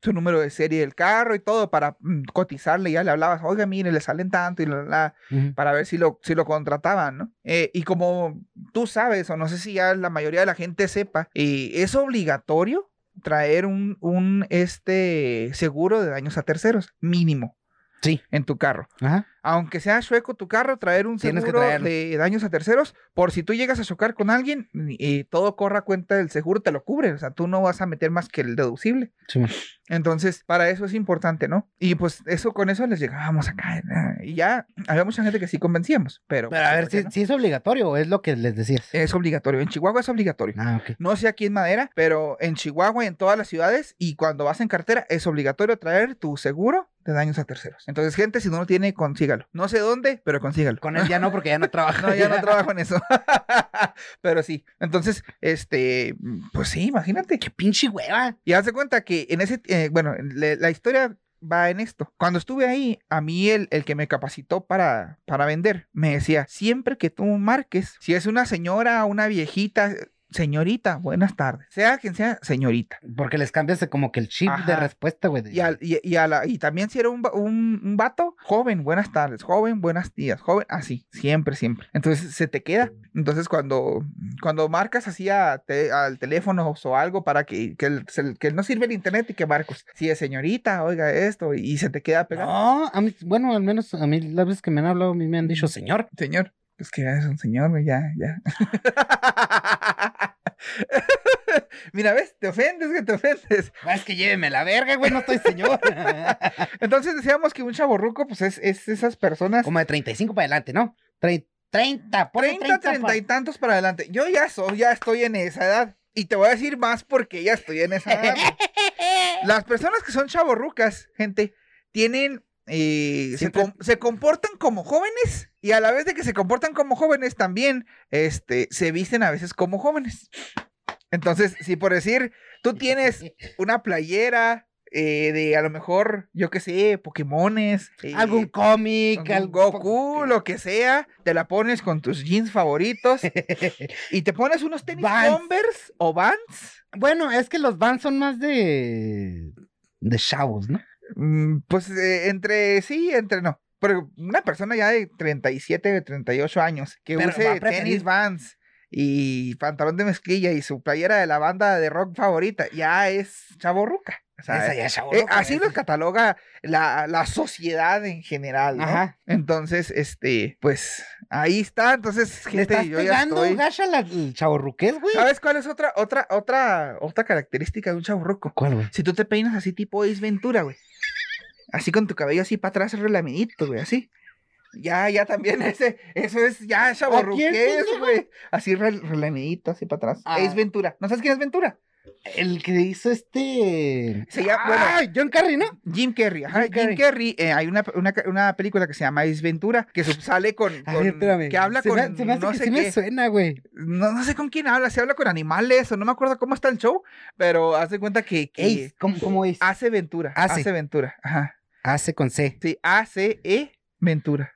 Speaker 9: su número de serie del carro y todo para mm, cotizarle, ya le hablabas, oiga, mire, le salen tanto y la, la, la",
Speaker 5: Ujú.
Speaker 9: para ver si lo, si lo contrataban, ¿no? Eh, y como tú sabes, o no sé si ya la mayoría de la gente sepa, eh, es obligatorio traer un, un este seguro de daños a terceros, mínimo,
Speaker 5: Sí.
Speaker 9: en tu carro
Speaker 5: Ajá.
Speaker 9: aunque sea chueco tu carro, traer un
Speaker 5: Tienes que
Speaker 9: seguro
Speaker 5: traerlo.
Speaker 9: de daños a terceros, por si tú llegas a chocar con alguien, y todo corra a cuenta del seguro, te lo cubre, o sea, tú no vas a meter más que el deducible.
Speaker 5: Simón.
Speaker 9: Entonces, para eso es importante, ¿no? Y pues eso con eso les llegábamos acá, ¿no? y ya había mucha gente que sí convencíamos, pero... pues,
Speaker 5: Pero a ver si,
Speaker 9: ¿no?
Speaker 5: si es obligatorio o es lo que les decías.
Speaker 9: Es obligatorio, en Chihuahua es obligatorio.
Speaker 5: Eh. Ah, ok.
Speaker 9: No sé aquí en Madera, pero en Chihuahua y en todas las ciudades, y cuando vas en cartera, es obligatorio traer tu seguro de daños a terceros. Entonces, gente, si no lo tiene, consígalo. No sé dónde, pero consígalo.
Speaker 5: Con él ya no, porque ya no trabaja.
Speaker 9: No, ya no trabajo en eso. Pero sí. Entonces, este, pues sí, imagínate.
Speaker 5: Qué pinche hueva.
Speaker 9: Y haz de cuenta que en ese, eh, bueno, le- la historia va en esto. Cuando estuve ahí, a mí el, el que me capacitó para, para vender, me decía, siempre que tú marques, si es una señora, una viejita, señorita, buenas tardes. Sea quien sea, señorita.
Speaker 5: Porque les cambias de como que el chip de
Speaker 9: Ajá.
Speaker 5: respuesta, güey. de-
Speaker 9: Y, al- y- y a la- y también si era un, va- un, un vato, joven, buenas tardes, joven, buenas días, joven, así, siempre, siempre. Entonces se te queda. Entonces cuando, cuando marcas así a te- al teléfono o algo para que, que, el- se- que no sirve el internet y que marcos, si es señorita, oiga esto, y, se te queda pegado.
Speaker 5: No, a mí, bueno, al menos a mí las veces que me han hablado, a mí me han dicho señor.
Speaker 9: Señor, es que es un señor, güey, ya, ya. Mira, ves, te ofendes, que te ofendes.
Speaker 5: Ah, Es que lléveme la verga, güey, no estoy señor.
Speaker 9: Entonces decíamos que un chaborruco, pues es, es esas personas.
Speaker 5: como de 35 para adelante, ¿no? Tre- 30, por 30,
Speaker 9: 30, 30
Speaker 5: pa-
Speaker 9: y tantos para adelante. Yo ya soy, ya estoy en esa edad. Y te voy a decir más porque ya estoy en esa edad. Las personas que son chavorrucas, gente, tienen. eh, se,
Speaker 5: Siempre-
Speaker 9: com- se comportan como jóvenes y a la vez de que se comportan como jóvenes también, este, se visten a veces como jóvenes. Entonces, si por decir, tú tienes una playera eh, de a lo mejor, yo qué sé, Pokémones. eh,
Speaker 5: Algún cómic,
Speaker 9: algún
Speaker 5: algún
Speaker 9: Goku, lo que sea, te la pones con tus jeans favoritos y te pones unos tenis
Speaker 5: Vans.
Speaker 9: Converse o Vans.
Speaker 5: Bueno, es que los Vans son más de. de chavos, ¿no?
Speaker 9: Mm, Pues eh, entre sí, entre no. Pero una persona ya de 37, 38 años que
Speaker 5: Pero va a
Speaker 9: use
Speaker 5: preferir-
Speaker 9: tenis Vans y pantalón de mezclilla y su playera de la banda de rock favorita, ya es chaborruca. O sea,
Speaker 5: Esa ya es chavo
Speaker 9: Eh,
Speaker 5: loco,
Speaker 9: así
Speaker 5: güey.
Speaker 9: los cataloga la, la sociedad en general, ¿no?
Speaker 5: Ajá.
Speaker 9: Entonces, este, pues, ahí está. Entonces,
Speaker 5: Le
Speaker 9: gente,
Speaker 5: estás
Speaker 9: yo ya
Speaker 5: pegando
Speaker 9: estoy.
Speaker 5: gacha al al chavorruqués, güey.
Speaker 9: ¿Sabes cuál es otra, otra, otra, otra característica de un chaburruco?
Speaker 5: ¿Cuál, güey?
Speaker 9: Si tú te peinas así tipo Ace Ventura, güey. Así con tu cabello así para atrás, relaminito, güey, así. Ya, ya también ese, eso es ya chaburruqués,
Speaker 5: pendejo?
Speaker 9: güey. Así rel- relaminito, así para atrás.
Speaker 5: Ah.
Speaker 9: Ace Ventura. ¿No sabes quién es Ventura?
Speaker 5: El que hizo este.
Speaker 9: Se llama- bueno.
Speaker 5: ah, John Carrey, ¿no?
Speaker 9: Jim Carrey. Ajá,
Speaker 5: Jim
Speaker 9: Jim
Speaker 5: Carrey.
Speaker 9: Carrey. eh, hay una, una, una película que se llama Ace Ventura, que sale con...
Speaker 5: A
Speaker 9: con-
Speaker 5: ver, espérame.
Speaker 9: que habla
Speaker 5: Se
Speaker 9: con...
Speaker 5: me- se me hace
Speaker 9: no
Speaker 5: que
Speaker 9: sé
Speaker 5: sí me
Speaker 9: qué.
Speaker 5: suena, güey.
Speaker 9: No, no sé con quién habla, se habla con animales o no me acuerdo cómo está el show, pero hace cuenta que, que
Speaker 5: Ace, ¿cómo, cómo es?
Speaker 9: hace Ventura,
Speaker 5: Hace.
Speaker 9: hace. Ventura, ajá.
Speaker 5: Hace con C.
Speaker 9: Sí, hace E Ventura.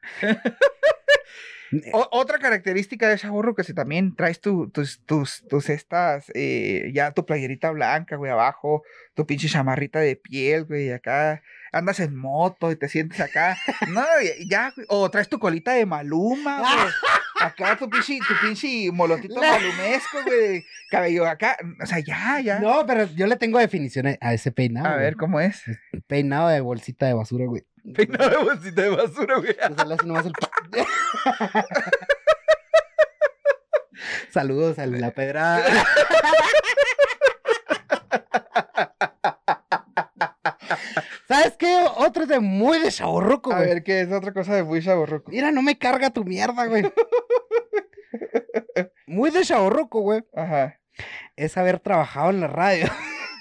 Speaker 9: O- otra característica de Chaborro que si también traes tu- tus, tus, tus estas, eh, ya tu playerita blanca, güey, abajo, tu pinche chamarrita de piel, güey, acá, andas en moto y te sientes acá, no, ya, güey, o traes tu colita de maluma, güey, acá tu pinche, tu pinche molotito
Speaker 5: La-
Speaker 9: malumesco, güey, cabello acá, o sea, ya, ya.
Speaker 5: No, pero yo le tengo definición a- a ese peinado.
Speaker 9: A
Speaker 5: güey.
Speaker 9: ver, ¿cómo es?
Speaker 5: Peinado de bolsita de basura, güey.
Speaker 9: Peinado de bolsita de basura, güey.
Speaker 5: Te sale así nomás el pa- Saludos a la pedra. ¿Sabes qué? Otro de muy de chavorruco,
Speaker 9: A
Speaker 5: güey.
Speaker 9: ver, ¿qué es otra cosa de muy chaborroco?
Speaker 5: Mira, no me carga tu mierda, güey. Muy de chavorruco, güey.
Speaker 9: Ajá.
Speaker 5: Es haber trabajado en la radio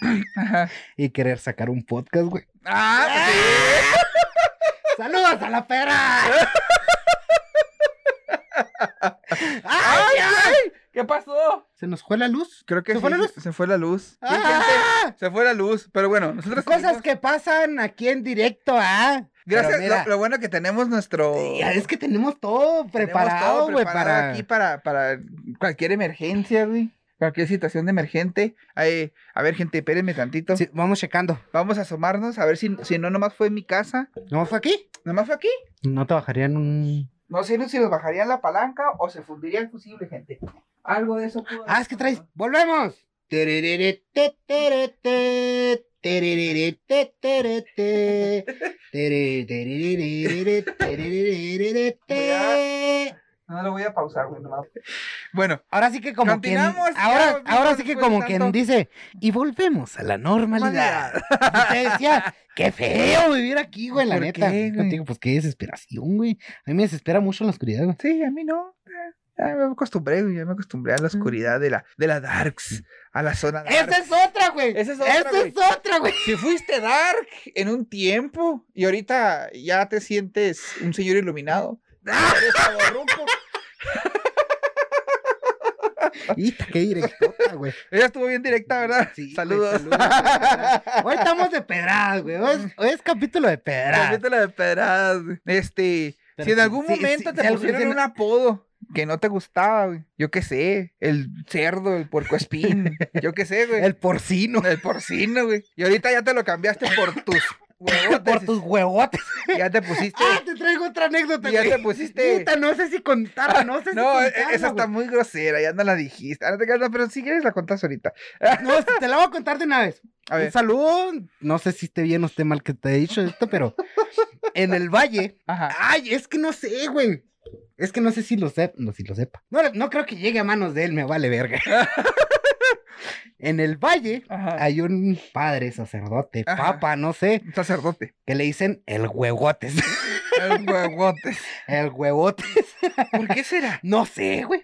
Speaker 9: Ajá.
Speaker 5: y querer sacar un podcast, güey.
Speaker 9: Ah, pues sí.
Speaker 5: ¡Saludos a la pera! ¡Ay, ay!
Speaker 8: ¿Qué pasó?
Speaker 5: ¿Se nos fue la luz?
Speaker 9: Creo que
Speaker 5: ¿Se
Speaker 9: sí,
Speaker 5: fue la luz?
Speaker 9: Se fue la luz. Sí,
Speaker 5: ¡Ah!
Speaker 9: gente, se fue la luz. Pero bueno, nosotros.
Speaker 5: Cosas que pasan aquí en directo, ¿ah?
Speaker 9: Gracias.
Speaker 5: Pero mira,
Speaker 9: lo, lo bueno que tenemos nuestro.
Speaker 5: ya es que tenemos todo
Speaker 9: tenemos
Speaker 5: preparado,
Speaker 9: todo
Speaker 5: güey,
Speaker 9: preparado
Speaker 5: para...
Speaker 9: aquí para, para cualquier emergencia, güey. Cualquier situación de emergente. Ay, a ver, gente, espérenme tantito.
Speaker 5: Sí, vamos checando.
Speaker 9: Vamos a asomarnos a ver si, si no nomás fue en mi casa.
Speaker 5: ¿No fue aquí?
Speaker 9: ¿Nomás fue aquí?
Speaker 5: No te bajarían un...
Speaker 9: No sé si nos bajarían la palanca o se fundiría el fusible, gente. Algo de eso pudo.
Speaker 5: Ah, es que traes. ¡Volvemos! Tererete, tererete, tererete, tererete, tere, tererere, tererere, tererere.
Speaker 9: No lo voy a pausar, güey, nomás. Bueno,
Speaker 5: Ahora sí que como quien,
Speaker 9: Continuamos, ya,
Speaker 5: ahora,
Speaker 9: amigo,
Speaker 5: ahora sí que
Speaker 9: después de
Speaker 5: como quien
Speaker 9: tanto.
Speaker 5: dice, y volvemos a la normalidad. Usted decía, qué feo vivir aquí, güey, la
Speaker 9: ¿Por
Speaker 5: neta.
Speaker 9: qué, güey?
Speaker 5: Contigo, pues qué desesperación, güey. A mí me desespera mucho la oscuridad, güey.
Speaker 9: sí, a mí no. Ya me acostumbré, güey, ya me acostumbré a la oscuridad de la, de la darks, a la zona dark.
Speaker 5: Esa es otra, güey.
Speaker 9: Esa es otra,
Speaker 5: Esa es otra, güey.
Speaker 9: Si fuiste dark en un tiempo y ahorita ya te sientes un señor iluminado. Eres chavorruco.
Speaker 5: Y qué directota, güey.
Speaker 9: Ella estuvo bien directa, ¿verdad?
Speaker 5: Sí, güey,
Speaker 9: saludos.
Speaker 5: saludos. Hoy estamos de pedradas, güey. Hoy es, hoy es capítulo de pedradas.
Speaker 9: Capítulo de pedradas. güey. Este,
Speaker 5: Pero
Speaker 9: si en
Speaker 5: sí,
Speaker 9: algún
Speaker 5: sí,
Speaker 9: momento
Speaker 5: sí,
Speaker 9: te
Speaker 5: sí, algo-
Speaker 9: pusieron
Speaker 5: sí, no-
Speaker 9: un apodo que no te gustaba, güey. Yo qué sé, el cerdo, el puercoespín, yo qué sé, güey.
Speaker 5: El porcino.
Speaker 9: El porcino, güey. Y ahorita ya te lo cambiaste por tus huevotes.
Speaker 5: Por tus huevotes.
Speaker 9: Ya te pusiste.
Speaker 5: Ah, te traigo otra anécdota.
Speaker 9: Ya
Speaker 5: güey.
Speaker 9: te pusiste-
Speaker 5: Puta, no sé si contarla, no sé
Speaker 9: No,
Speaker 5: si
Speaker 9: e-
Speaker 5: contarla,
Speaker 9: esa está
Speaker 5: güey.
Speaker 9: muy grosera, ya no la dijiste. Ah, no te creas, no, pero si quieres la contás ahorita.
Speaker 5: No, es que te la voy a contar de una vez.
Speaker 9: A ver.
Speaker 5: Un saludo. No sé si esté bien o esté mal que te he dicho esto, pero en el valle.
Speaker 9: Ajá.
Speaker 5: Ay, es que no sé, güey. Es que no sé si lo sepa. No, si lo sepa. No, no creo que llegue a manos de él, me vale verga. en el valle
Speaker 9: Ajá.
Speaker 5: hay un padre, sacerdote,
Speaker 9: Ajá.
Speaker 5: papa, no sé,
Speaker 9: Un sacerdote.
Speaker 5: que le dicen el huevotes.
Speaker 9: El huevotes.
Speaker 5: el huevotes.
Speaker 9: ¿Por qué será?
Speaker 5: No sé, güey.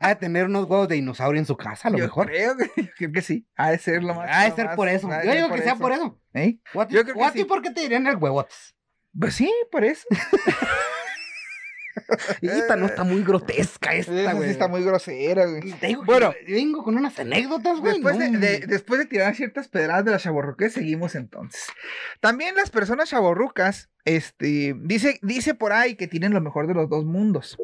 Speaker 5: ha de tener unos huevos de dinosaurio en su casa, a lo
Speaker 9: Yo
Speaker 5: mejor.
Speaker 9: Creo que, creo que sí. Ha de ser lo más.
Speaker 5: Ha de
Speaker 9: lo
Speaker 5: ser
Speaker 9: más-
Speaker 5: por eso.
Speaker 9: ha de
Speaker 5: Yo
Speaker 9: ser
Speaker 5: digo que sea por eso.
Speaker 9: ¿Eh?
Speaker 5: ¿O a ti-
Speaker 9: Yo creo
Speaker 5: o
Speaker 9: que
Speaker 5: a ti
Speaker 9: sí.
Speaker 5: por qué te dirían el huevotes?
Speaker 9: Pues sí, por eso.
Speaker 5: Esta no está muy grotesca esta,
Speaker 9: Esa Eh, sí
Speaker 5: güey.
Speaker 9: está muy grosera, güey.
Speaker 5: Te digo que
Speaker 9: Bueno.
Speaker 5: yo vengo con unas anécdotas, güey.
Speaker 9: Después
Speaker 5: no,
Speaker 9: de, de-
Speaker 5: hombre.
Speaker 9: después de tirar ciertas pedradas de las chaborruques, seguimos entonces. También las personas chaborrucas, este, dice, dice por ahí que tienen lo mejor de los dos mundos.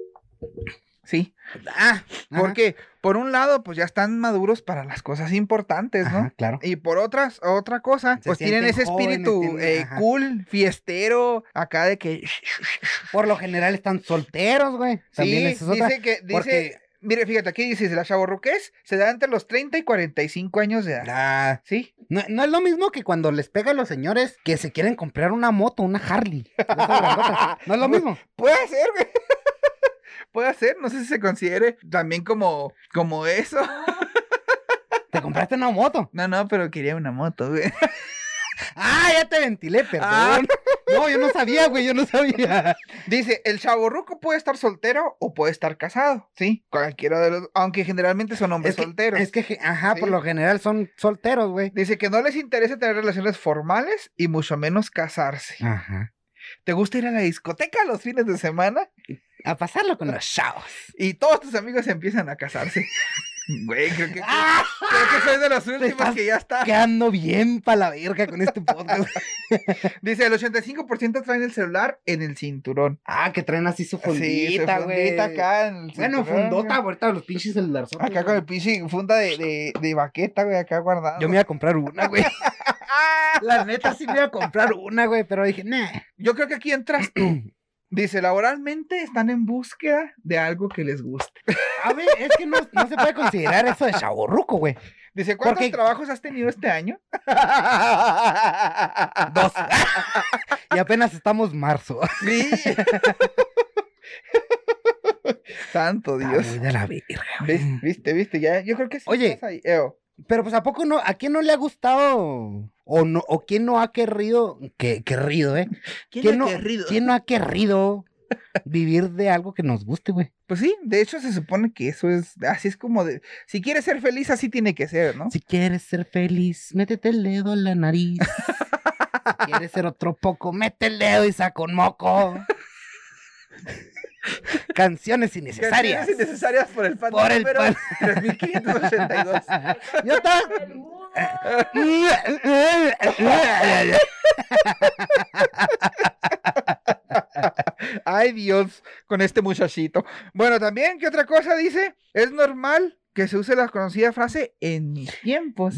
Speaker 9: Sí.
Speaker 5: Ah, ajá,
Speaker 9: Porque, por un lado, pues ya están maduros para las cosas importantes, ¿no?
Speaker 5: ajá, claro.
Speaker 9: Y por otras, otra cosa,
Speaker 5: Se
Speaker 9: pues tienen
Speaker 5: sienten
Speaker 9: ese espíritu
Speaker 5: jóvenes, tienen-
Speaker 9: eh,
Speaker 5: ajá.
Speaker 9: cool, fiestero, acá de que.
Speaker 5: Por lo general están solteros, güey. También
Speaker 9: Sí,
Speaker 5: esa es otra.
Speaker 9: dice que. Dice,
Speaker 5: porque-
Speaker 9: Mire, fíjate, aquí dice: la chaborruquez se da entre los 30 y 45 años de edad.
Speaker 5: Ah,
Speaker 9: Sí.
Speaker 5: no, no es lo mismo que cuando les pega a los señores que se quieren comprar una moto, una Harley. Esas grandotas. No es lo mismo.
Speaker 9: Puede ser, güey. Puede ser, no sé si se considere también como, como eso.
Speaker 5: Te compraste una moto.
Speaker 9: No, no, pero quería una moto, güey.
Speaker 5: Ah, ya te ventilé, perdón.
Speaker 9: Ah.
Speaker 5: No, yo no sabía, güey, yo no sabía.
Speaker 9: Dice, el chaborruco puede estar soltero o puede estar casado, ¿sí? Cualquiera de los, aunge generalmente son hombres
Speaker 5: Es que,
Speaker 9: solteros.
Speaker 5: es que, ajá,
Speaker 9: Sí.
Speaker 5: por lo general son solteros, güey.
Speaker 9: Dice que no les interesa tener relaciones formales y mucho menos casarse.
Speaker 5: Ajá.
Speaker 9: ¿Te gusta ir a la discoteca los fines de semana?
Speaker 5: A pasarlo con los chavos.
Speaker 9: Y todos tus amigos empiezan a casarse. Güey, creo que, creo que soy de los últimos
Speaker 5: estás
Speaker 9: que ya está.
Speaker 5: Quedando bien pa' la verga con este podcast.
Speaker 9: Dice, el 85% traen el celular en el cinturón.
Speaker 5: ah, que traen así su
Speaker 9: Sí, su
Speaker 5: fundita, güey.
Speaker 9: fundita acá en el
Speaker 5: Bueno,
Speaker 9: cinturón,
Speaker 5: fundota,
Speaker 9: güey.
Speaker 5: ahorita los pinches celular.
Speaker 9: Acá con el pinche funda de, de, de baqueta, güey, acá guardada.
Speaker 5: Yo me iba a comprar una, güey. La neta sí me iba a comprar una, güey, pero dije, nah.
Speaker 9: Yo creo que aquí entras tú. Dice, laboralmente están en búsqueda de algo que les guste.
Speaker 5: A ver, es que no, no se puede considerar eso de chaborruco, güey.
Speaker 9: Dice, ¿cuántos
Speaker 5: Porque-
Speaker 9: trabajos has tenido este año?
Speaker 5: Dos. y apenas estamos marzo.
Speaker 9: Sí. Santo Dios.
Speaker 5: Está muy de la verga, güey.
Speaker 9: ¿Ves? Viste, viste, ya. Yo creo que sí.
Speaker 5: Oye.
Speaker 9: estás ahí. Eo.
Speaker 5: Pero pues a poco no, ¿a quién no le ha gustado? O no, o quién no ha querido, que, querido, eh.
Speaker 9: ¿Quién
Speaker 5: ¿Quién
Speaker 9: ha
Speaker 5: no,
Speaker 9: querido?
Speaker 5: quién no ha querido vivir de algo que nos guste, güey?
Speaker 9: Pues sí, de hecho se supone que eso es, así es como de, si quieres ser feliz, así tiene que ser, ¿no?
Speaker 5: Si quieres ser feliz, métete el dedo en la nariz. Si quieres ser otro poco, mete el dedo y saca un moco. Canciones innecesarias.
Speaker 9: Canciones innecesarias por el fan
Speaker 5: Por el
Speaker 9: número
Speaker 5: fan.
Speaker 9: 3582.
Speaker 5: Yo estaba.
Speaker 10: El mundo.
Speaker 9: Ay, Dios, con este muchachito. Bueno, también, ¿qué otra cosa dice? Es normal que se use la conocida frase en mis tiempos.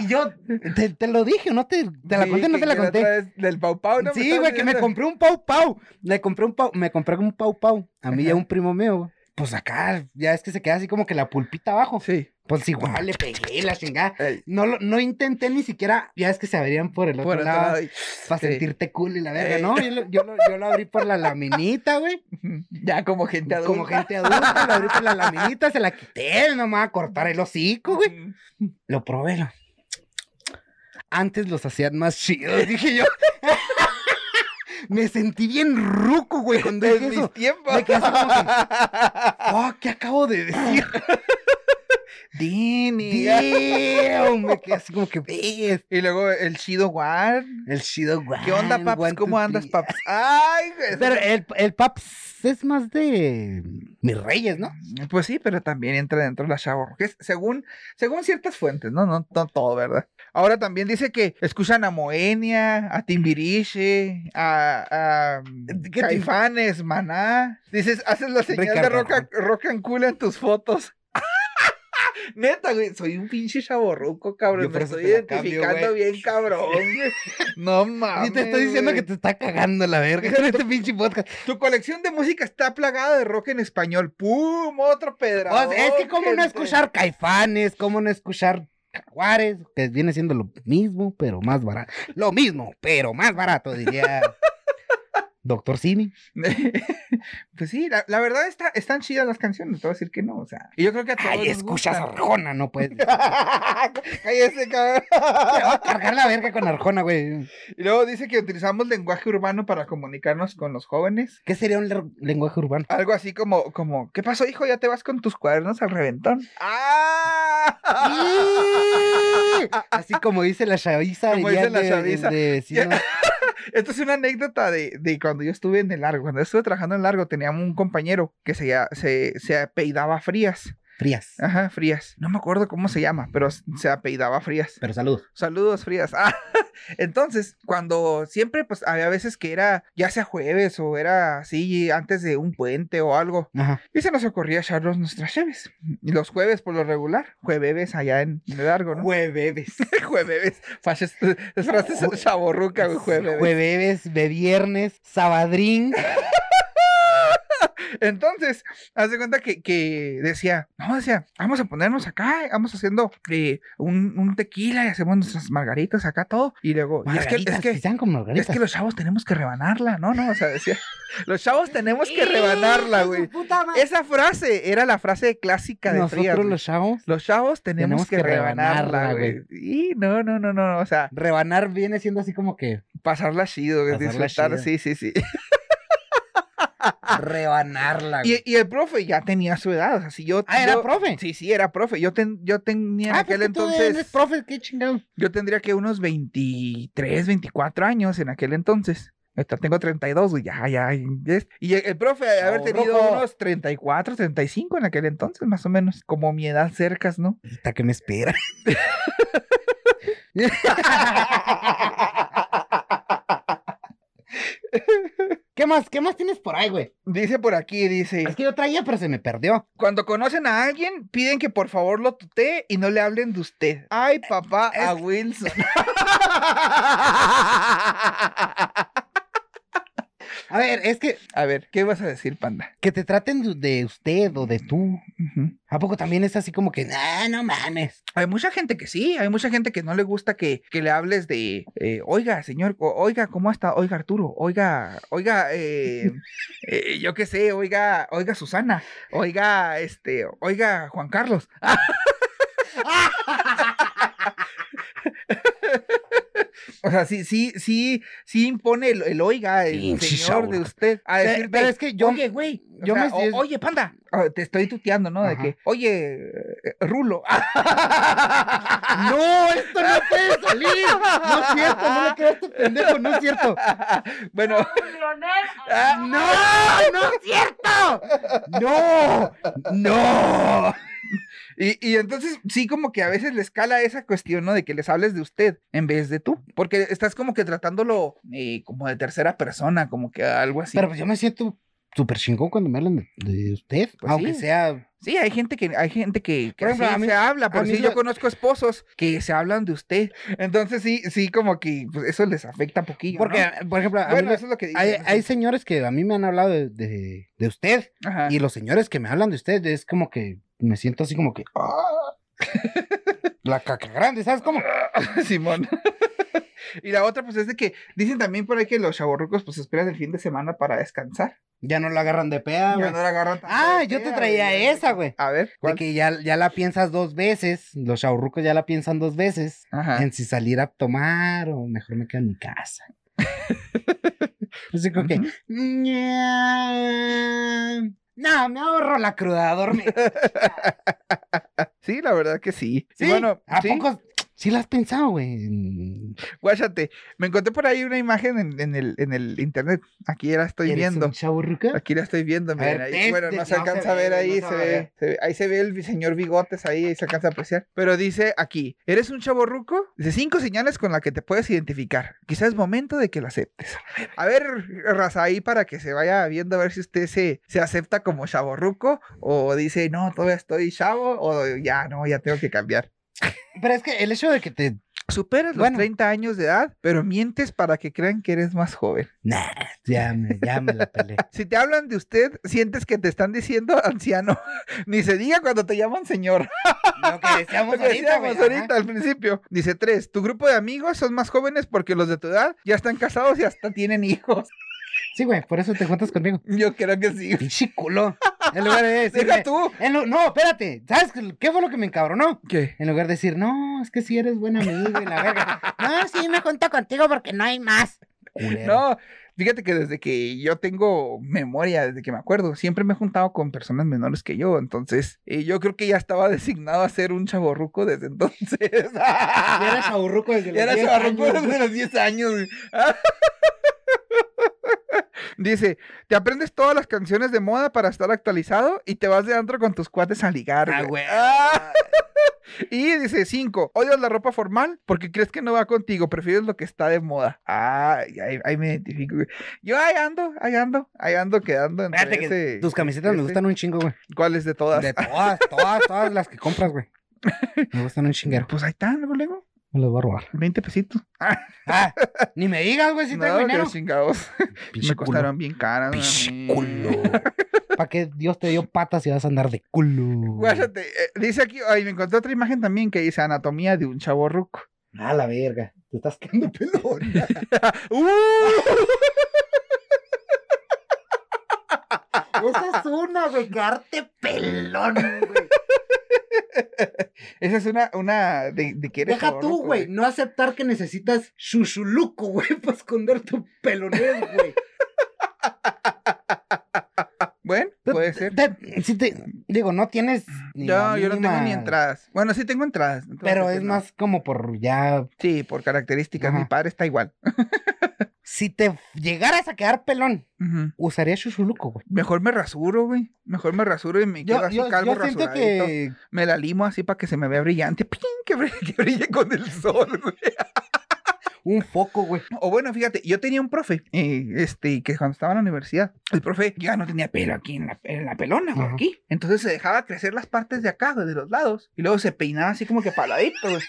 Speaker 5: Y yo te, te lo dije, ¿no? Te, te la
Speaker 9: Ah, Sí,
Speaker 5: conté, no
Speaker 9: que-
Speaker 5: te la
Speaker 9: que otra
Speaker 5: conté.
Speaker 9: vez Del Pau Pau, ¿no?
Speaker 5: Sí,
Speaker 9: estabas
Speaker 5: güey, que me
Speaker 9: diciendo.
Speaker 5: compré un pau pau. Le compré un pau, me compré un pau pau. A mí ya un primo mío, güey. Pues acá, ya es que se queda así como que la pulpita abajo.
Speaker 9: Sí.
Speaker 5: Pues igual le pegué la chingada.
Speaker 9: Ey.
Speaker 5: No, lo- no intenté ni siquiera, ya es que se abrían por el otro
Speaker 9: Por otro
Speaker 5: lado.
Speaker 9: lado, y-
Speaker 5: Para
Speaker 9: sí.
Speaker 5: sentirte cool y la verga,
Speaker 9: Ey.
Speaker 5: ¿no? Yo lo, yo lo- yo lo abrí por la laminita, güey.
Speaker 9: Ya como gente adulta.
Speaker 5: Como gente adulta, lo abrí por la laminita, se la quité, no me va a cortar el hocico, güey. Lo probé. lo- Antes los hacían más chidos, dije yo. me sentí bien ruco, güey, cuando
Speaker 9: De
Speaker 5: dije
Speaker 9: mis
Speaker 5: eso.
Speaker 9: tiempos.
Speaker 5: Me quedé así como que, oh, ¿qué acabo de decir?
Speaker 9: Dini.
Speaker 5: Damn, me quedé así como que, "Ves,
Speaker 9: Y luego el chido War.
Speaker 5: el chido guay.
Speaker 9: ¿Qué onda, paps? ¿Cómo andas, paps? Ay, güey.
Speaker 5: Pero el, el Paps es más de mis reyes, ¿no?
Speaker 9: Pues sí, pero también entra dentro la chavo, que es según, según ciertas fuentes, ¿no? No, no todo, ¿verdad? Ahora también dice que escuchan a Moenia, a Timbiriche, a, a
Speaker 5: Eh, ¿Qué
Speaker 9: Caifanes, Maná. Dices, haces la señal de
Speaker 5: Ricardo
Speaker 9: rock, and- rock and cool en tus fotos. Neta, güey, soy un pinche chaborruco, cabrón.
Speaker 5: Yo por
Speaker 9: Me
Speaker 5: eso
Speaker 9: estoy
Speaker 5: te la cambio,
Speaker 9: identificando
Speaker 5: güey.
Speaker 9: bien, cabrón. güey. No mames.
Speaker 5: Y te estoy diciendo
Speaker 9: güey.
Speaker 5: que te está cagando la verga con este pinche podcast.
Speaker 9: Tu colección de música está plagada de rock en español. ¡Pum! Otro
Speaker 5: O
Speaker 9: pedrado.
Speaker 5: sea, es que cómo no escuchar caifanes, cómo no escuchar jaguares, que viene siendo lo mismo, pero más barato. Lo mismo, pero más barato, diría Doctor Simi.
Speaker 9: pues sí, la, la verdad está, están chidas las canciones, te voy a decir que no, o sea. Y yo creo que a todos
Speaker 5: Ay,
Speaker 9: nos
Speaker 5: escuchas
Speaker 9: gustan.
Speaker 5: Arjona, no puedes. Te
Speaker 9: Cállese, cabrón.
Speaker 5: va a cargar la verga con Arjona, güey.
Speaker 9: Y luego dice que utilizamos lenguaje urbano para comunicarnos con los jóvenes.
Speaker 5: ¿Qué sería un ler- lenguaje urbano?
Speaker 9: Algo así como, como, ¿qué pasó, hijo? Ya te vas con tus cuadernos al reventón. ¡Ah!
Speaker 5: Así como dice la chaviza.
Speaker 9: Como
Speaker 5: dirían
Speaker 9: dice la
Speaker 5: de-
Speaker 9: chaviza.
Speaker 5: de vecinos.
Speaker 9: Esto es una anécdota de, de cuando yo estuve en el largo. Cuando estuve trabajando en el largo, teníamos un compañero que se, se, se apellidaba Frías.
Speaker 5: Frías.
Speaker 9: Ajá, Frías. No me acuerdo cómo se llama, pero se apellidaba Frías.
Speaker 5: Pero saludos.
Speaker 9: Saludos, Frías. Ah, entonces, cuando siempre, pues había veces que era, ya sea jueves o era así, antes de un puente o algo,
Speaker 5: Ajá.
Speaker 9: y se nos ocurría echarnos nuestras cheves. Y los jueves, por lo regular, jueves allá en el largo, ¿no?
Speaker 5: Jueves.
Speaker 9: Jueves. Faches, es frase
Speaker 5: Jue-
Speaker 9: chaborruca, güey, jueves.
Speaker 5: Jueves, de viernes, sabadrín.
Speaker 9: Entonces, haz de cuenta que, que decía, no, decía, vamos a ponernos acá, eh, vamos haciendo eh, un, un tequila y hacemos nuestras margaritas acá, todo. Y luego, y es que, es
Speaker 5: Margaritas,
Speaker 9: que,
Speaker 5: que sean como
Speaker 9: es
Speaker 5: margaritas.
Speaker 9: que los chavos tenemos que rebanarla, ¿no? No, o sea, decía, los chavos tenemos que rebanarla, güey. Esa frase era la frase clásica de
Speaker 5: Nosotros
Speaker 9: Frías, güey.
Speaker 5: los chavos.
Speaker 9: Los chavos
Speaker 5: tenemos
Speaker 9: tenemos, que,
Speaker 5: que
Speaker 9: rebanarla,
Speaker 5: rebanarla,
Speaker 9: güey. Y no, no, no, no, o sea,
Speaker 5: Rebanar viene siendo así como que
Speaker 9: pasarla chido, güey,
Speaker 5: Pasarla
Speaker 9: disfrutar,
Speaker 5: chido.
Speaker 9: sí, sí, sí.
Speaker 5: rebanarla.
Speaker 9: Y, y el profe ya tenía su edad, o sea, si yo...
Speaker 5: Ah, era
Speaker 9: yo-
Speaker 5: profe.
Speaker 9: Sí, sí, era profe. Yo, ten- yo tenía en
Speaker 5: Ah,
Speaker 9: aquel
Speaker 5: pues que tú eres
Speaker 9: entonces.
Speaker 5: profe, qué chingado.
Speaker 9: Yo tendría que unos 23, 24 años en aquel entonces. Ahorita tengo 32, güey, ya, ya. ¿ves? Y el, el profe de haber
Speaker 5: Chavo
Speaker 9: tenido
Speaker 5: ruco.
Speaker 9: unos 34, 35 en aquel entonces, más o menos, como mi edad cercas, ¿no?
Speaker 5: Hasta que me espera. ¿Qué más? ¿Qué más tienes por ahí, güey?
Speaker 9: Dice por aquí, dice,
Speaker 5: Es que yo traía, pero se me perdió.
Speaker 9: cuando conocen a alguien, piden que por favor lo tutee y no le hablen de usted. Ay, papá,
Speaker 5: Eh,
Speaker 9: a Wilson.
Speaker 5: A ver, es que
Speaker 9: a ver, ¿qué vas a decir, panda?
Speaker 5: que te traten de- de usted o de tú.
Speaker 9: Ujú.
Speaker 5: ¿A poco también es así como que, ah, no mames?
Speaker 9: Hay mucha gente que sí, hay mucha gente que no le gusta que, que le hables de, eh, oiga, señor, o- oiga, ¿cómo está? Oiga, Arturo, oiga, oiga, eh, eh, yo qué sé, oiga, oiga, Susana, oiga, este, oiga, Juan Carlos. o sea, sí, sí, sí, sí impone el, el oiga, el
Speaker 5: Pinche
Speaker 9: señor de
Speaker 5: chaburruco.
Speaker 9: usted a
Speaker 5: Pe-
Speaker 9: decirte,
Speaker 5: pero es que yo-
Speaker 9: oye, güey, O
Speaker 5: Yo
Speaker 9: sea,
Speaker 5: me-
Speaker 9: o- oye, panda, ah, te estoy tuteando, ¿no? De
Speaker 5: Ajá.
Speaker 9: que, oye, eh, Rulo.
Speaker 5: ¡No! ¡Esto no puede salir! No es cierto, no le creas a este pendejo, no es cierto.
Speaker 9: bueno,
Speaker 10: Leonel,
Speaker 5: ¡No! ¡No es cierto! ¡No! ¡No!
Speaker 9: y, y entonces sí como que a veces le escala esa cuestión, ¿no? De que les hables de usted en vez de tú. Porque estás como que tratándolo eh, como de tercera persona, como que algo así.
Speaker 5: Pero pues yo me siento súper chingón cuando me hablan de, de usted,
Speaker 9: Pues
Speaker 5: aunque
Speaker 9: sí.
Speaker 5: sea.
Speaker 9: Sí, hay gente que, hay gente que, que
Speaker 5: Por ejemplo,
Speaker 9: así
Speaker 5: a mí-
Speaker 9: se habla.
Speaker 5: a
Speaker 9: Por
Speaker 5: mí
Speaker 9: si yo
Speaker 5: la-
Speaker 9: conozco esposos que se hablan de usted. Entonces sí, sí como que pues, eso les afecta un poquillo,
Speaker 5: Porque,
Speaker 9: ¿no?
Speaker 5: por ejemplo, a mí
Speaker 9: Bueno,
Speaker 5: me-
Speaker 9: eso es lo que dicen.
Speaker 5: hay,
Speaker 9: ¿no?
Speaker 5: hay señores que a mí me han hablado de, de, de usted,
Speaker 9: Ajá.
Speaker 5: y los señores que me hablan de usted es como que me siento así como que. "Ah". La caca grande, ¿sabes cómo?
Speaker 9: Simón. y la otra, pues es de que dicen también por ahí que los chavorrucos pues esperan el fin de semana para descansar.
Speaker 5: Ya no la agarran de peda,
Speaker 9: Ya
Speaker 5: güey.
Speaker 9: no la agarran tanto
Speaker 5: Ah,
Speaker 9: de
Speaker 5: yo te
Speaker 9: fea,
Speaker 5: traía
Speaker 9: güey.
Speaker 5: esa, güey.
Speaker 9: A ver,
Speaker 5: De
Speaker 9: ¿cuál?
Speaker 5: que ya, ya la piensas dos veces, los chaurrucos ya la piensan dos veces
Speaker 9: Ajá.
Speaker 5: en si salir a tomar o mejor me quedo en mi casa. Así como que,
Speaker 9: Ujú.
Speaker 5: "Ña, no, me ahorro la cruda, a dormir.
Speaker 9: Sí, la verdad que sí. Y
Speaker 5: Sí,
Speaker 9: Bueno,
Speaker 5: ¿a
Speaker 9: sí,
Speaker 5: poco? Sí la has pensado, güey.
Speaker 9: guáchate. Me encontré por ahí una imagen en, en el, en el internet. Aquí ya la estoy
Speaker 5: ¿Eres
Speaker 9: viendo.
Speaker 5: un chavorruco?
Speaker 9: Aquí la estoy viendo, miren.
Speaker 5: ver,
Speaker 9: ahí,
Speaker 5: ves,
Speaker 9: bueno,
Speaker 5: de-
Speaker 9: no se
Speaker 5: no se
Speaker 9: alcanza a
Speaker 5: ve,
Speaker 9: ver
Speaker 5: no se
Speaker 9: ahí, se,
Speaker 5: va a
Speaker 9: ve,
Speaker 5: ver.
Speaker 9: se ve- ahí se ve el señor Bigotes ahí, ahí se alcanza a apreciar. Pero dice aquí, ¿eres un chavo ruco? Dice cinco señales con las que te puedes identificar. Quizás es momento de que lo aceptes. A ver, raza, ahí para que se vaya viendo a ver si usted se, se acepta como chavo ruco o dice, no, todavía estoy chavo o ya, no, ya tengo que cambiar.
Speaker 5: Pero es que el hecho de que te.
Speaker 9: Superas los
Speaker 5: Bueno.
Speaker 9: 30 años de edad, pero mientes para que crean que eres más joven.
Speaker 5: Nah, ya me, ya me la pelé.
Speaker 9: Si te hablan de usted, sientes que te están diciendo anciano. Ni se diga cuando te llaman señor.
Speaker 5: Lo que decíamos
Speaker 9: Lo que
Speaker 5: ahorita, güey.
Speaker 9: decíamos
Speaker 5: ajá.
Speaker 9: ahorita al principio. Dice tres, tu grupo de amigos son más jóvenes porque los de tu edad ya están casados y hasta tienen hijos.
Speaker 5: Sí, güey, por eso te juntas conmigo.
Speaker 9: Yo creo que sí.
Speaker 5: Pinche culo. En lugar de decirme,
Speaker 9: Deja tú.
Speaker 5: en lo- no, espérate. ¿Sabes qué- qué fue lo que me encabronó?
Speaker 9: ¿Qué?
Speaker 5: En lugar de decir, no, es que si eres buen amigo y la verga. No, sí, me junto contigo porque no hay más. Culero.
Speaker 9: No, fíjate que desde que yo tengo memoria, desde que me acuerdo, siempre me he juntado con personas menores que yo. Entonces, eh, yo creo que ya estaba designado a ser un chaborruco desde entonces.
Speaker 5: Ya eras chaburruco desde los
Speaker 9: Ya era
Speaker 5: 10
Speaker 9: chavarruco
Speaker 5: años,
Speaker 9: desde los 10 años. güey. Dice, te aprendes todas las canciones de moda para estar actualizado y te vas de antro con tus cuates a ligar.
Speaker 5: Ah,
Speaker 9: güey.
Speaker 5: güey.
Speaker 9: Ah. Y dice, 5. Odias la ropa formal porque crees que no va contigo, prefieres lo que está de moda. Ah, ahí, ahí me identifico. güey. Yo ahí ando, ahí ando, ahí ando quedando. entre
Speaker 5: Fíjate que
Speaker 9: ese-
Speaker 5: tus camisetas me
Speaker 9: ese-
Speaker 5: gustan un chingo, güey.
Speaker 9: ¿Cuáles de todas?
Speaker 5: De todas, todas, todas las que compras, güey. Me gustan un chinguero.
Speaker 9: Pues ahí están, luego, luego.
Speaker 5: Me los voy a robar.
Speaker 9: 20 pesitos.
Speaker 5: Ah, ni me digas, güey, si
Speaker 9: no,
Speaker 5: traigo
Speaker 9: que
Speaker 5: dinero.
Speaker 9: los chingados.
Speaker 5: Pinche
Speaker 9: me
Speaker 5: culo.
Speaker 9: costaron bien caras. güey, a mí.
Speaker 5: Pinche culo. ¿Para qué Dios te dio patas y vas a andar de culo?
Speaker 9: Guárdate, eh, dice aquí, ay, me encontré otra imagen también que dice anatomía de un chavo ruco.
Speaker 5: A Ah, la verga. Te estás quedando pelón.
Speaker 9: ¡Uh!
Speaker 5: Esa es una, güey, quedarte pelón, güey.
Speaker 9: Esa es una, una de, de que eres
Speaker 5: Deja tú,
Speaker 9: chavorruco,
Speaker 5: güey, no aceptar que necesitas chuchuluco, güey, para esconder tu pelonés, güey.
Speaker 9: Bueno, puede ser.
Speaker 5: Te- te- si te, digo, no tienes. ni
Speaker 9: No,
Speaker 5: la
Speaker 9: yo no tengo ni
Speaker 5: mínima-
Speaker 9: entradas. Bueno, sí tengo entradas. no te voy a
Speaker 5: Pero
Speaker 9: decir
Speaker 5: es
Speaker 9: que no.
Speaker 5: más como por ya.
Speaker 9: Sí, por características. Mi
Speaker 5: Ajá.
Speaker 9: padre está igual.
Speaker 5: Si te llegaras a quedar pelón,
Speaker 9: Ujú.
Speaker 5: usaría chuchuluco, güey.
Speaker 9: Mejor me rasuro, güey. Mejor me rasuro y me quedo así calvo rasuradito. Me la limo así para que se me vea brillante. ¡Pin! Que, brille, que brille con el sol, güey.
Speaker 5: un foco, güey.
Speaker 9: O bueno, fíjate, yo tenía un profe, eh, este, que cuando estaba en la universidad, el profe ya no tenía pelo aquí en la, en la pelona, güey,
Speaker 5: Ajá.
Speaker 9: aquí. Entonces se dejaba crecer las partes de acá, güey, de los lados. Y luego se peinaba así como que paladito, güey.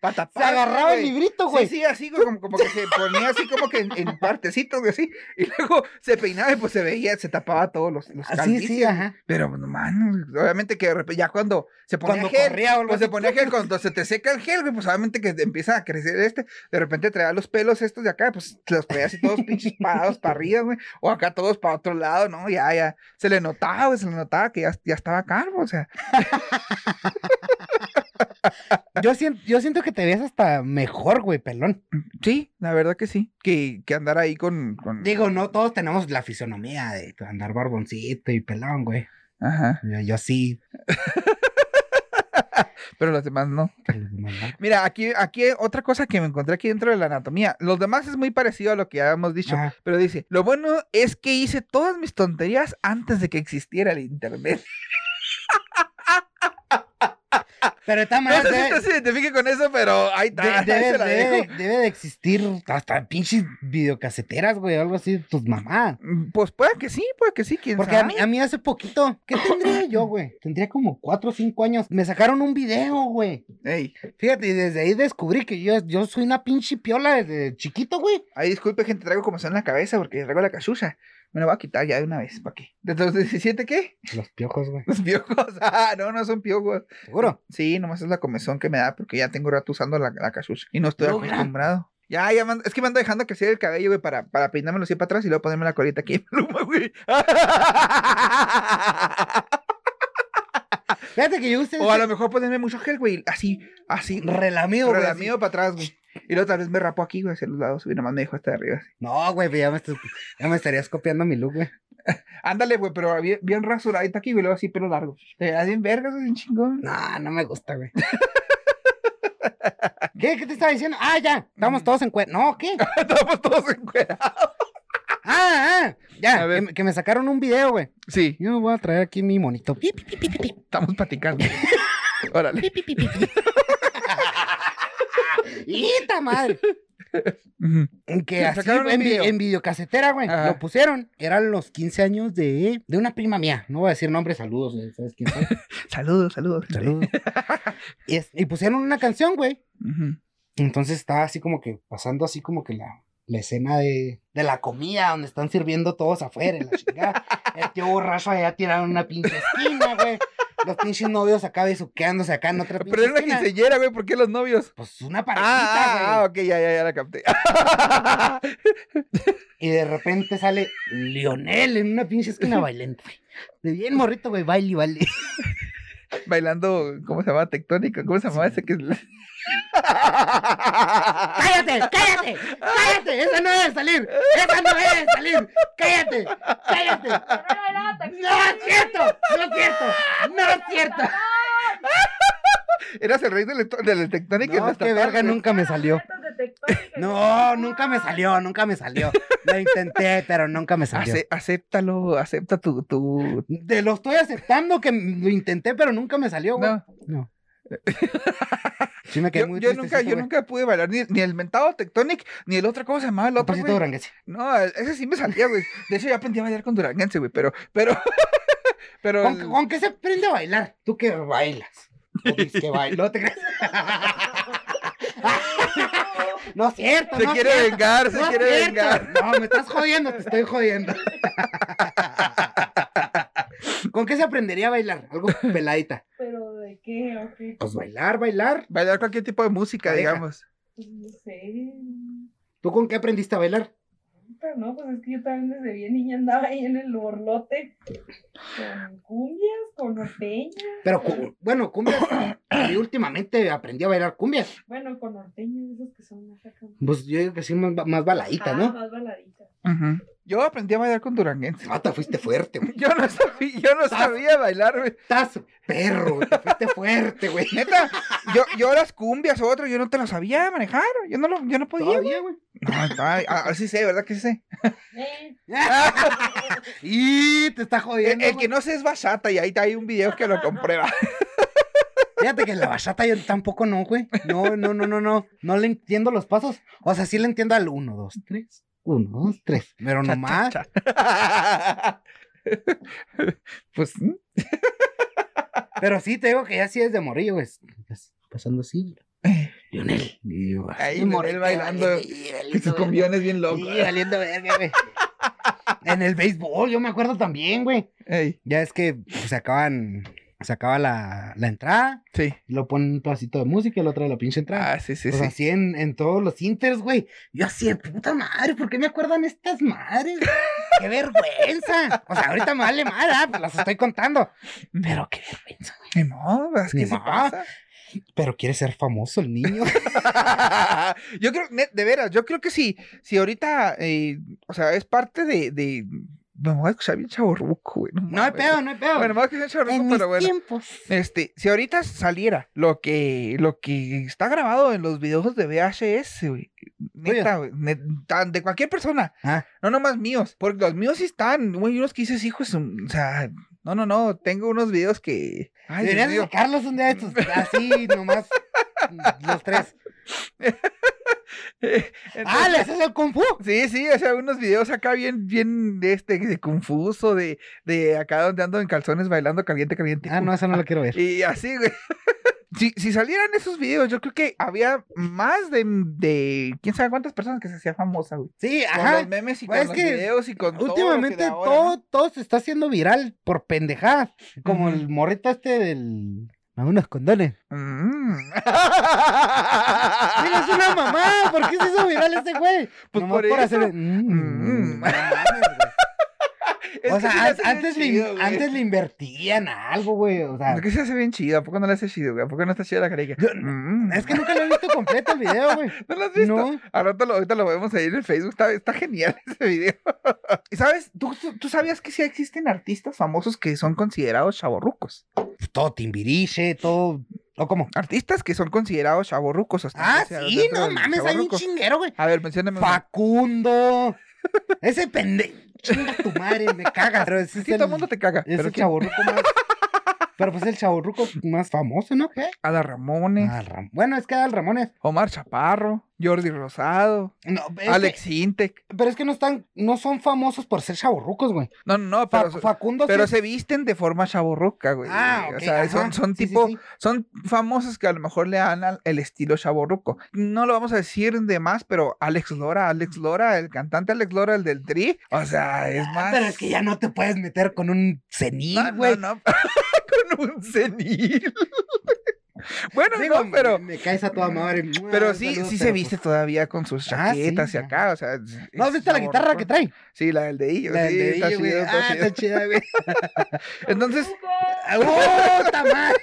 Speaker 9: Para tapar.
Speaker 5: Se agarraba el
Speaker 9: güey.
Speaker 5: librito, güey.
Speaker 9: Sí, sí, así güey, como, como que se ponía así como que en, en partecitos, güey, así. Y luego se peinaba y pues se veía, se tapaba todos los, los
Speaker 5: Así, Ah, sí,
Speaker 9: calvicios.
Speaker 5: ajá.
Speaker 9: Pero, no man, obviamente que de repente, ya cuando se ponía
Speaker 5: Cuando
Speaker 9: gel,
Speaker 5: corría o algo
Speaker 9: pues se
Speaker 5: así.
Speaker 9: ponía gel, cuando se te seca el gel, güey, pues obviamente que te empieza a crecer este, de repente traía los pelos estos de acá, pues te los traía así todos pinches parados para arriba, güey, o acá todos para otro lado, ¿no? Ya, ya, se le notaba, güey, se le notaba que ya, ya estaba calvo, o sea,
Speaker 5: Yo siento, yo siento que te ves hasta mejor, güey, pelón.
Speaker 9: Sí, la verdad que sí. Que, que andar ahí con, con-
Speaker 5: Digo, no todos tenemos la fisonomía de andar barboncito y pelón, güey.
Speaker 9: Ajá.
Speaker 5: Yo, yo sí.
Speaker 9: Pero las demás no.
Speaker 5: que los demás no.
Speaker 9: Mira, aquí, aquí otra cosa que me encontré aquí dentro de la anatomía. Los demás es muy parecido a lo que ya hemos dicho.
Speaker 5: Ajá.
Speaker 9: Pero dice, lo bueno es que hice todas mis tonterías antes de que existiera el internet.
Speaker 5: Pero de todas
Speaker 9: No
Speaker 5: maneras,
Speaker 9: sé si
Speaker 5: debe-
Speaker 9: usted se identifique con eso, pero ahí
Speaker 5: de-
Speaker 9: está. ahí
Speaker 5: debe,
Speaker 9: se la
Speaker 5: debe-
Speaker 9: dejo.
Speaker 5: debe de existir hasta pinches videocaseteras, güey, algo así, tus mamás.
Speaker 9: Mm, Pues puede que sí, puede que sí, quién
Speaker 5: Porque a
Speaker 9: sabe.
Speaker 5: mí, a mí hace poquito, ¿qué tendría yo, güey? Tendría como 4 o 5 años. Me sacaron un video, güey.
Speaker 9: Ey,
Speaker 5: Fíjate, y desde ahí descubrí que yo, yo soy una pinche piola desde chiquito, güey.
Speaker 9: ahí disculpe, gente, traigo como son en la cabeza porque traigo la cachucha. Me la voy a quitar ya de una vez, ¿para qué? ¿De los 17 qué?
Speaker 5: Los piojos, güey.
Speaker 9: Los piojos. Ah, no, no son piojos.
Speaker 5: Seguro.
Speaker 9: Sí, nomás es la comezón que me da porque ya tengo rato usando la, la cachucha y no estoy
Speaker 5: No, mira.
Speaker 9: acostumbrado. Ya, ya, me ando- es que me ando dejando crecer el cabello, güey, para, para peinármelo así para atrás y luego ponerme la colita aquí. pluma, güey.
Speaker 5: Fíjate que yo usé
Speaker 9: o a lo mejor ponerme mucho gel, güey, así, así,
Speaker 5: relamido, güey. así.
Speaker 9: relamido para atrás, güey. Y luego tal vez me rapo aquí, güey, hacia los lados, y nomás me dejo hasta arriba. así.
Speaker 5: No, güey, pues ya me, estás- ya me estarías copiando mi look, güey.
Speaker 9: Ándale, güey, pero bien, bien rasuradita aquí, güey, luego así, pelo largo. Te das bien vergas, bien chingón.
Speaker 5: No, no me gusta, güey. ¿Qué? ¿Qué te estaba diciendo? Ah, ya. Estamos todos en cuenta. No, ¿qué?
Speaker 9: Mm. Estamos todos encuerados.
Speaker 5: Ah, ah, ya.
Speaker 9: A ver.
Speaker 5: Que, me- que me sacaron un video, güey.
Speaker 9: Sí,
Speaker 5: Yo me voy a traer aquí mi monito. Pi, pi, pi, pi, pi, pi,
Speaker 9: estamos platicando. Órale.
Speaker 5: pi, pi, pi, pi. ¡Hita madre!
Speaker 9: Ujú.
Speaker 5: Que así
Speaker 9: sacaron un
Speaker 5: en, vi-
Speaker 9: video.
Speaker 5: en videocasetera, güey.
Speaker 9: Ajá.
Speaker 5: Lo pusieron. Eran los 15 años de, de una prima mía. No voy a decir nombres, saludos, güey, ¿sabes quién soy?
Speaker 9: Saludos, saludos.
Speaker 5: Saludos. y, es- y pusieron una canción, güey.
Speaker 9: Ujú.
Speaker 5: Entonces estaba así como que pasando así como que la, la escena de, de la comida donde están sirviendo todos afuera, y la chingada. El tío borracho allá tiraron una pinche esquina, güey. Los pinches novios acá besuqueándose acá en otra pinche
Speaker 9: Pero era una
Speaker 5: esquina.
Speaker 9: quinceañera, güey, ¿por qué los novios?
Speaker 5: Pues una
Speaker 9: Ah,
Speaker 5: parejita, güey.
Speaker 9: ah, ah, ok, ya, ya, ya la capté.
Speaker 5: Y de repente sale Lionel en una pinche esquina bailando, güey. De bien morrito, güey, baile y baile.
Speaker 9: Bailando, ¿cómo se llama? Tectónica, ¿cómo se llama ese que es?
Speaker 5: ¡Cállate! ¡Cállate! ¡Cállate! ¡Esa no debe salir! ¡Esa no debe salir! ¡Cállate! ¡Cállate! ¡No es cierto! ¡No es cierto! ¡No es cierto!
Speaker 9: Eras el rey del, esto- del tectónica.
Speaker 5: No, qué verga, nunca me salió. No, nunca me salió, nunca me salió. Lo intenté, pero nunca me
Speaker 9: Ah,
Speaker 5: salió.
Speaker 9: acéptalo, acepta tu... tu...
Speaker 5: Te lo estoy aceptando que lo intenté, pero nunca me salió, güey.
Speaker 9: No,
Speaker 5: No. Sí me quedé
Speaker 9: yo,
Speaker 5: muy
Speaker 9: yo nunca,
Speaker 5: tristecito,
Speaker 9: yo
Speaker 5: güey.
Speaker 9: nunca pude bailar ni, ni el mentado tectónic, ni el otro, ¿cómo se llamaba el otro,
Speaker 5: Pasito
Speaker 9: güey?
Speaker 5: Duranguense.
Speaker 9: No, el- ese sí me salía, güey. De hecho, ya aprendí a bailar con duranguense, güey, pero... Pero... pero
Speaker 5: ¿Con,
Speaker 9: el-
Speaker 5: con qué se aprende a bailar? Tú que bailas. ¿O dices que bailo? ¿No te crees? No es cierto,
Speaker 9: Se
Speaker 5: no es
Speaker 9: quiere
Speaker 5: cierto,
Speaker 9: vengar, se
Speaker 5: no es
Speaker 9: quiere
Speaker 5: cierto.
Speaker 9: vengar.
Speaker 5: No, me estás jodiendo, te estoy jodiendo. ¿Con qué se aprendería a bailar? Algo peladita.
Speaker 10: ¿Pero de qué? ¿O qué?
Speaker 5: Pues bailar, bailar.
Speaker 9: Bailar cualquier tipo de música,
Speaker 5: Pareja.
Speaker 9: digamos.
Speaker 10: Pues no sé.
Speaker 5: ¿Tú con qué aprendiste a bailar?
Speaker 10: Pero no, pues es que yo también desde bien niña andaba ahí en el borlote. Con cumbias, con norteñas.
Speaker 5: Pero cu- bueno, cumbias. Y últimamente aprendí a bailar cumbias.
Speaker 10: Bueno, con norteñas, esos que son más acá.
Speaker 5: Pues yo digo que sí, más, ba- más baladita,
Speaker 10: Ah,
Speaker 5: ¿no?
Speaker 10: Más baladitas.
Speaker 9: Yo aprendí a bailar con duranguense. Ah.
Speaker 5: Ah, te fuiste fuerte, güey.
Speaker 9: Yo no sabía, yo no sabía bailar, güey.
Speaker 5: Estás perro, güey, te fuiste fuerte, güey.
Speaker 9: Neta, yo, yo las cumbias o otro, yo no te lo sabía manejar. Yo no, lo, yo no podía, güey.
Speaker 5: Todavía, güey.
Speaker 9: No, ay, ah, ah, sí sé, ¿verdad que sí sé?
Speaker 10: Eh,
Speaker 5: Y te está
Speaker 9: El,
Speaker 5: jodiendo.
Speaker 9: el
Speaker 5: güey.
Speaker 9: que no sé es bachata y ahí hay un video que lo comprueba.
Speaker 5: Fíjate que la bachata yo tampoco no, güey. No, no, no, no, no. No le entiendo los pasos. O sea, sí le entiendo al 1, 2, 3. 1, 2, 3. Pero nomás.
Speaker 9: Pues, sí.
Speaker 5: Pero sí te digo que ya sí es de morir, güey. Estás Pasando así, güey. Lionel. Y yo, así,
Speaker 9: Ahí Lionel
Speaker 5: morrito,
Speaker 9: bailando,
Speaker 5: valiendo- y valiendo
Speaker 9: que sus
Speaker 5: verga.
Speaker 9: cumbiones bien locos.
Speaker 5: Sí, valiendo verga, güey. En el béisbol, yo me acuerdo también, güey.
Speaker 9: Ey,
Speaker 5: Ya es que pues, se acaban. Se acaba la, la entrada.
Speaker 9: sí.
Speaker 5: Lo ponen un pedacito de música y lo trae la pinche entrada.
Speaker 9: Ah, sí, sí,
Speaker 5: Pues
Speaker 9: sí.
Speaker 5: así en, en todos los inters, güey. Yo así de puta madre, ¿por qué me acuerdan estas madres? ¡Qué vergüenza! O sea, ahorita me vale mal, ah, pues las estoy contando. Pero qué vergüenza.
Speaker 9: Ni modo, es que
Speaker 5: Ni
Speaker 9: sí
Speaker 5: modo.
Speaker 9: pasa.
Speaker 5: Pero quiere ser famoso el niño.
Speaker 9: yo creo, net- de veras, yo creo que sí, si ahorita, eh, o sea, es parte de, de- me voy a escuchar bien chaborruco, güey.
Speaker 5: No hay
Speaker 9: mames.
Speaker 5: pedo, no hay pedo.
Speaker 9: Bueno, me voy a escuchar
Speaker 5: en
Speaker 9: bien chaborruco,
Speaker 5: mis
Speaker 9: pero bueno.
Speaker 5: tiempos.
Speaker 9: Este, si ahorita saliera lo que, lo que está grabado en los videos de VHS, güey. Neta, güey, net- tan- de cualquier persona,
Speaker 5: Ah,
Speaker 9: no nomás míos, porque los míos sí están, güey, unos que dices, hijos, o sea, no, no, no, tengo unos videos que... Ay, Dios
Speaker 5: deberías
Speaker 9: mío.
Speaker 5: sacarlos un día de estos. Así nomás. mm, los tres. ¡Ah, le
Speaker 9: Entonces-
Speaker 5: haces el Kung Fu!
Speaker 9: Sí, sí, o sea, unos videos acá bien, bien, este, de confuso, de, de acá donde ando en calzones bailando caliente, caliente.
Speaker 5: Ah, no, eso no lo quiero ver.
Speaker 9: Y así, güey. Si, si salieran esos videos, yo creo que había más de, de quién sabe cuántas personas que se hacía famosa, güey.
Speaker 5: Sí,
Speaker 9: Con
Speaker 5: ajá.
Speaker 9: los memes y
Speaker 5: Pues
Speaker 9: con
Speaker 5: es
Speaker 9: los
Speaker 5: que
Speaker 9: videos y con todo lo que de
Speaker 5: Últimamente
Speaker 9: ahora,
Speaker 5: todo,
Speaker 9: ¿no?
Speaker 5: todo se está haciendo viral por pendejadas. Como
Speaker 9: Ujú.
Speaker 5: el morrito este del. A unos condones.
Speaker 9: Mm.
Speaker 5: Sí, es una mamá. ¿Por qué se hizo viral ese güey?
Speaker 9: Pues
Speaker 5: Nomás
Speaker 9: por eso.
Speaker 5: hacerle, "Mm,
Speaker 9: Mm.
Speaker 5: no mames,
Speaker 9: Es
Speaker 5: güey".
Speaker 9: que
Speaker 5: O
Speaker 9: sí
Speaker 5: sea,
Speaker 9: le
Speaker 5: an-
Speaker 9: hace bien
Speaker 5: antes,
Speaker 9: chido,
Speaker 5: le,
Speaker 9: güey.
Speaker 5: antes le invertían a algo, güey. O sea,
Speaker 9: ¿Por qué se hace bien chido? ¿A poco no le hace chido, güey? ¿A poco no está chida la carica? Mm.
Speaker 5: es que nunca lo he visto completo el video, güey.
Speaker 9: ¿No lo has visto?
Speaker 5: No.
Speaker 9: Al rato lo- ahorita lo vemos ahí en el Facebook. Está, está genial ese video. ¿Y sabes? ¿Tú, tú, tú sabías que sí existen artistas famosos que son considerados chavorrucos?
Speaker 5: Todo timbiriche, todo. ¿O cómo?
Speaker 9: Artistas que son considerados chavorrucos.
Speaker 5: Ah, sí, no mames, hay un
Speaker 9: chingón.
Speaker 5: chinguero, güey.
Speaker 9: A ver, mencióname. uno.
Speaker 5: Facundo. Ese pendejo. Chinga tu madre, me cagas. Pero ese
Speaker 9: Sí,
Speaker 5: es
Speaker 9: todo el mundo te caga.
Speaker 5: Es
Speaker 9: pero
Speaker 5: el
Speaker 9: ¿quién?
Speaker 5: chaborruco más. Pero pues el chaborruco más famoso, ¿no? ¿Qué?
Speaker 9: Ada Ramones,
Speaker 5: Ah, Ram- Bueno, es que Adal Ramones.
Speaker 9: Omar Chaparro, Jordi Rosado,
Speaker 5: No, es
Speaker 9: Alex Sintek.
Speaker 5: que- pero es que no están, no son famosos por ser chaborrucos, güey.
Speaker 9: No, no, no,
Speaker 5: Fa-
Speaker 9: pero,
Speaker 5: Facundo
Speaker 9: pero
Speaker 5: sí-
Speaker 9: se visten de forma chavorruca, güey.
Speaker 5: Ah, ok,
Speaker 9: O sea,
Speaker 5: ajá.
Speaker 9: son, son
Speaker 5: Sí, sí,
Speaker 9: tipo...
Speaker 5: sí.
Speaker 9: Son famosos que a lo mejor le dan al- el estilo chaborruco. No lo vamos a decir de más, pero Alex Lora, Alex Lora, el cantante Alex Lora, el del Tri. O sea, es más.
Speaker 5: Pero es que ya no te puedes meter con un
Speaker 9: No,
Speaker 5: senil,
Speaker 9: no,
Speaker 5: güey.
Speaker 9: no. Con un senil. bueno,
Speaker 5: Digo, mm,
Speaker 9: no, pero.
Speaker 5: me, me caes a toda madre. Mua,
Speaker 9: Pero sí,
Speaker 5: saludos,
Speaker 9: sí se
Speaker 5: pero,
Speaker 9: viste
Speaker 5: pues,
Speaker 9: todavía con sus
Speaker 5: Ah, sí,
Speaker 9: chaquetas y
Speaker 5: ajá.
Speaker 9: acá, o sea...
Speaker 5: ¿No has
Speaker 9: es
Speaker 5: visto la guitarra
Speaker 9: chaborruco.
Speaker 5: que trae?
Speaker 9: Sí, la del de Illo,
Speaker 5: La
Speaker 9: sí,
Speaker 5: del de
Speaker 9: está
Speaker 5: ellos, güey.
Speaker 9: chido, está
Speaker 5: Ah,
Speaker 9: chido.
Speaker 5: está chida, güey.
Speaker 9: Entonces,
Speaker 5: ¡Puta madre!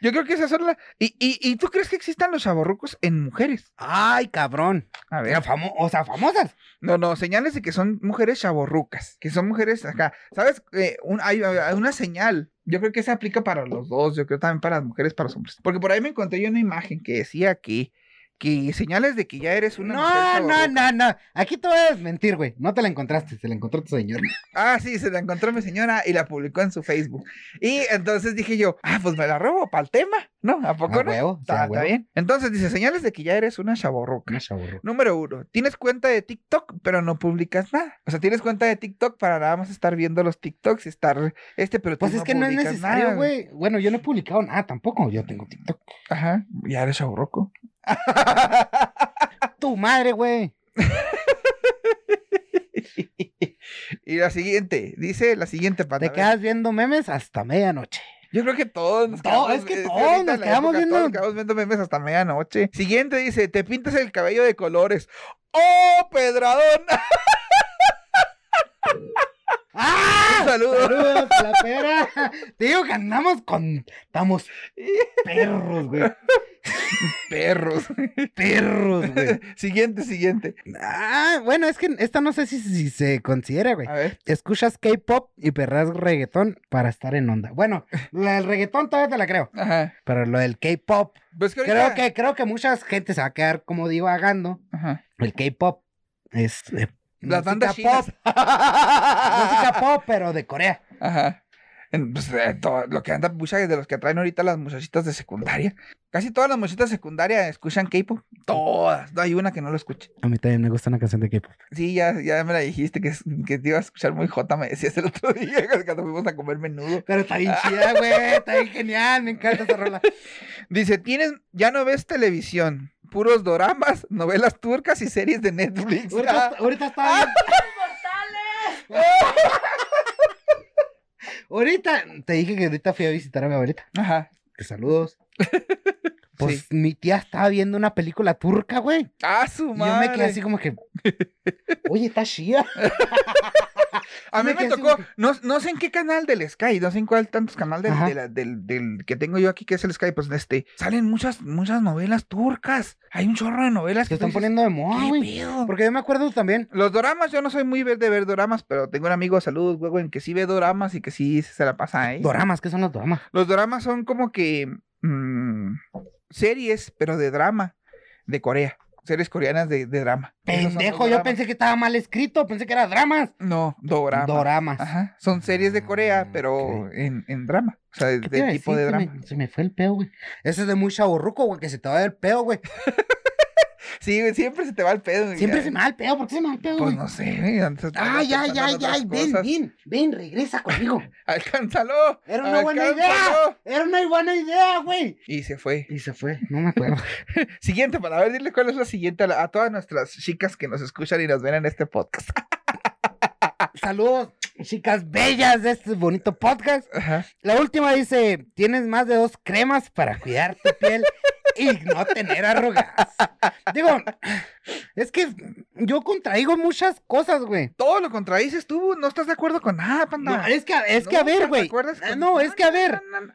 Speaker 9: yo creo que esas son las... ¿Y, y, y tú crees que existan los chaborrucos en mujeres?
Speaker 5: Ay, cabrón.
Speaker 9: A ver...
Speaker 5: Era famo- o sea, famosas.
Speaker 9: No, no, señales de que son mujeres chaborrucas, que son mujeres acá. ¿Sabes? Eh, un- hay, hay una señal. Yo creo que se aplica para los dos, yo creo también para las mujeres, para los hombres. Porque por ahí me encontré yo una imagen que decía que, que señales de que ya eres una
Speaker 5: No,
Speaker 9: mujer
Speaker 5: no, no,
Speaker 9: chavorruca.
Speaker 5: no. Aquí te voy a desmentir, güey. No te la encontraste, se la encontró tu señor.
Speaker 9: Ah, sí, se la encontró mi señora y la publicó en su Facebook. Y entonces dije yo, ah, pues me la robo para el tema, ¿no? ¿A poco
Speaker 5: A
Speaker 9: no?
Speaker 5: Ah, huevo, sí, a
Speaker 9: Está, está
Speaker 5: huevo.
Speaker 9: bien. Entonces dice, señales de que ya eres una chaborruca.
Speaker 5: Una chaborruca.
Speaker 9: Número uno, tienes cuenta de TikTok, pero no publicas nada. O sea, tienes cuenta de TikTok para nada más estar viendo los TikToks, estar este, pero tú
Speaker 5: Pues es que no es
Speaker 9: publicas nada,
Speaker 5: necesario, güey. Bueno, yo no he publicado nada tampoco. Yo tengo TikTok.
Speaker 9: Ajá, ya eres aburroco.
Speaker 5: Tu madre, güey.
Speaker 9: y la siguiente, dice la siguiente pata.
Speaker 5: Te quedas viendo memes hasta medianoche.
Speaker 9: Yo creo que todos nos
Speaker 5: To- es que todos
Speaker 9: ahorita
Speaker 5: nos
Speaker 9: en la
Speaker 5: quedamos viendo-
Speaker 9: Todos quedamos viendo memes hasta medianoche. Siguiente dice, te pintas el cabello de colores. ¡Oh, Pedradón!
Speaker 5: ¡Ah!
Speaker 9: Un saludo.
Speaker 5: ¡Saludos, la pera! Te digo que andamos con. Estamos perros, güey.
Speaker 9: Perros.
Speaker 5: Perros, güey.
Speaker 9: siguiente, siguiente.
Speaker 5: Ah, bueno, es que esta no sé si, si se considera, güey.
Speaker 9: A ver.
Speaker 5: Escuchas K-pop y perras reggaetón para estar en onda. Bueno, la- el reggaetón todavía te la creo.
Speaker 9: Ajá.
Speaker 5: Pero lo del K-pop.
Speaker 9: Pues que
Speaker 5: Creo
Speaker 9: ahorita-
Speaker 5: que, creo que mucha gente se va a quedar como divagando.
Speaker 9: Ajá.
Speaker 5: El K-pop es. eh,
Speaker 9: Las
Speaker 5: música
Speaker 9: bandas chinas.
Speaker 5: pop. música pop, pero de Corea.
Speaker 9: Ajá. En- pues, de todo- lo que anda muchas de los que traen ahorita las muchachitas de secundaria. Casi todas las muchachitas de secundaria escuchan K-pop. Todas. No hay una que no lo escuche.
Speaker 5: A mí también me gusta una canción de K-pop.
Speaker 9: Sí, ya, ya me la dijiste que, es- que te iba a escuchar muy jota, me decías el otro día cuando fuimos a comer menudo.
Speaker 5: Pero está bien chida, güey. Está bien genial. Me encanta esa rola.
Speaker 9: Dice, tienes, ya no ves televisión, puros doramas, novelas turcas y series de Netflix.
Speaker 5: Ahorita,
Speaker 9: Ah,
Speaker 5: ahorita estaba. Ahorita, te dije que ahorita fui a visitar a mi abuelita.
Speaker 9: Ah, Ajá.
Speaker 5: Te saludos. Pues mi tía estaba viendo una película turca, güey.
Speaker 9: Ah, su
Speaker 5: Y yo me
Speaker 9: madre.
Speaker 5: quedé así como que. Oye, está chida.
Speaker 9: A mí
Speaker 5: Sí,
Speaker 9: me
Speaker 5: que así
Speaker 9: tocó,
Speaker 5: como
Speaker 9: no, no sé en qué canal del Sky, no sé en cuál tantos canal del,
Speaker 5: Ajá.
Speaker 9: de la- del, del que tengo yo aquí, que es el Sky, pues este, salen muchas, muchas novelas turcas. Hay un chorro de novelas
Speaker 5: Se
Speaker 9: tú
Speaker 5: están
Speaker 9: dices,
Speaker 5: poniendo de moda,
Speaker 9: "¿Qué
Speaker 5: güey.
Speaker 9: pedo?".
Speaker 5: Porque yo me acuerdo también.
Speaker 9: Los doramas, yo no soy muy ver de ver doramas, pero tengo un amigo, saludos, güey, güey, que sí ve doramas y que sí se la pasa ahí.
Speaker 5: Doramas, ¿qué son los doramas?
Speaker 9: Los doramas son como que mm, series, pero de drama, de Corea. Series coreanas de, de drama. Esos son los
Speaker 5: Pendejo, yo
Speaker 9: doramas.
Speaker 5: pensé que estaba mal escrito, pensé que era dramas.
Speaker 9: No, dorama.
Speaker 5: Doramas.
Speaker 9: Ajá. Son series de Corea,
Speaker 5: Ah,
Speaker 9: pero
Speaker 5: ok.
Speaker 9: en, en drama. O sea, de,
Speaker 5: ¿Qué te iba a
Speaker 9: tipo
Speaker 5: decir?
Speaker 9: de
Speaker 5: Se me-
Speaker 9: drama.
Speaker 5: Se me fue el peo, güey. Eso es de muy chaborruco, güey, que se te va el peo, güey.
Speaker 9: Sí, güey, siempre se te va el pedo. güey.
Speaker 5: Siempre se me va el peo, ¿por qué se me va el peo,
Speaker 9: Pues
Speaker 5: güey? Ah,
Speaker 9: no sé, güey. antes andaba
Speaker 5: Ay, ay,
Speaker 9: pensando en
Speaker 5: ay,
Speaker 9: otras
Speaker 5: ay, ven,
Speaker 9: cosas.
Speaker 5: ven, ven, regresa conmigo.
Speaker 9: ¡Alcánzalo!
Speaker 5: Era una buena idea,
Speaker 9: ¡Alcánzalo!
Speaker 5: era una buena idea, güey.
Speaker 9: Y se fue.
Speaker 5: Y se fue, no me acuerdo.
Speaker 9: Siguiente, para ver, dile cuál es la siguiente a, la- a todas nuestras chicas que nos escuchan y nos ven en este podcast.
Speaker 5: Saludos, chicas bellas de este bonito podcast.
Speaker 9: Ajá.
Speaker 5: La última dice, tienes más de dos cremas para cuidar tu piel y no tener arrugas. Digo, es que yo contraigo muchas cosas, güey.
Speaker 9: Todo lo contradices tú, no estás de acuerdo con nada, panda.
Speaker 5: No, es que, es que
Speaker 9: No,
Speaker 5: a ver,
Speaker 9: ¿te
Speaker 5: güey.
Speaker 9: acuerdas
Speaker 5: Ah,
Speaker 9: con-
Speaker 5: No, es que a ver,
Speaker 9: No, no, no.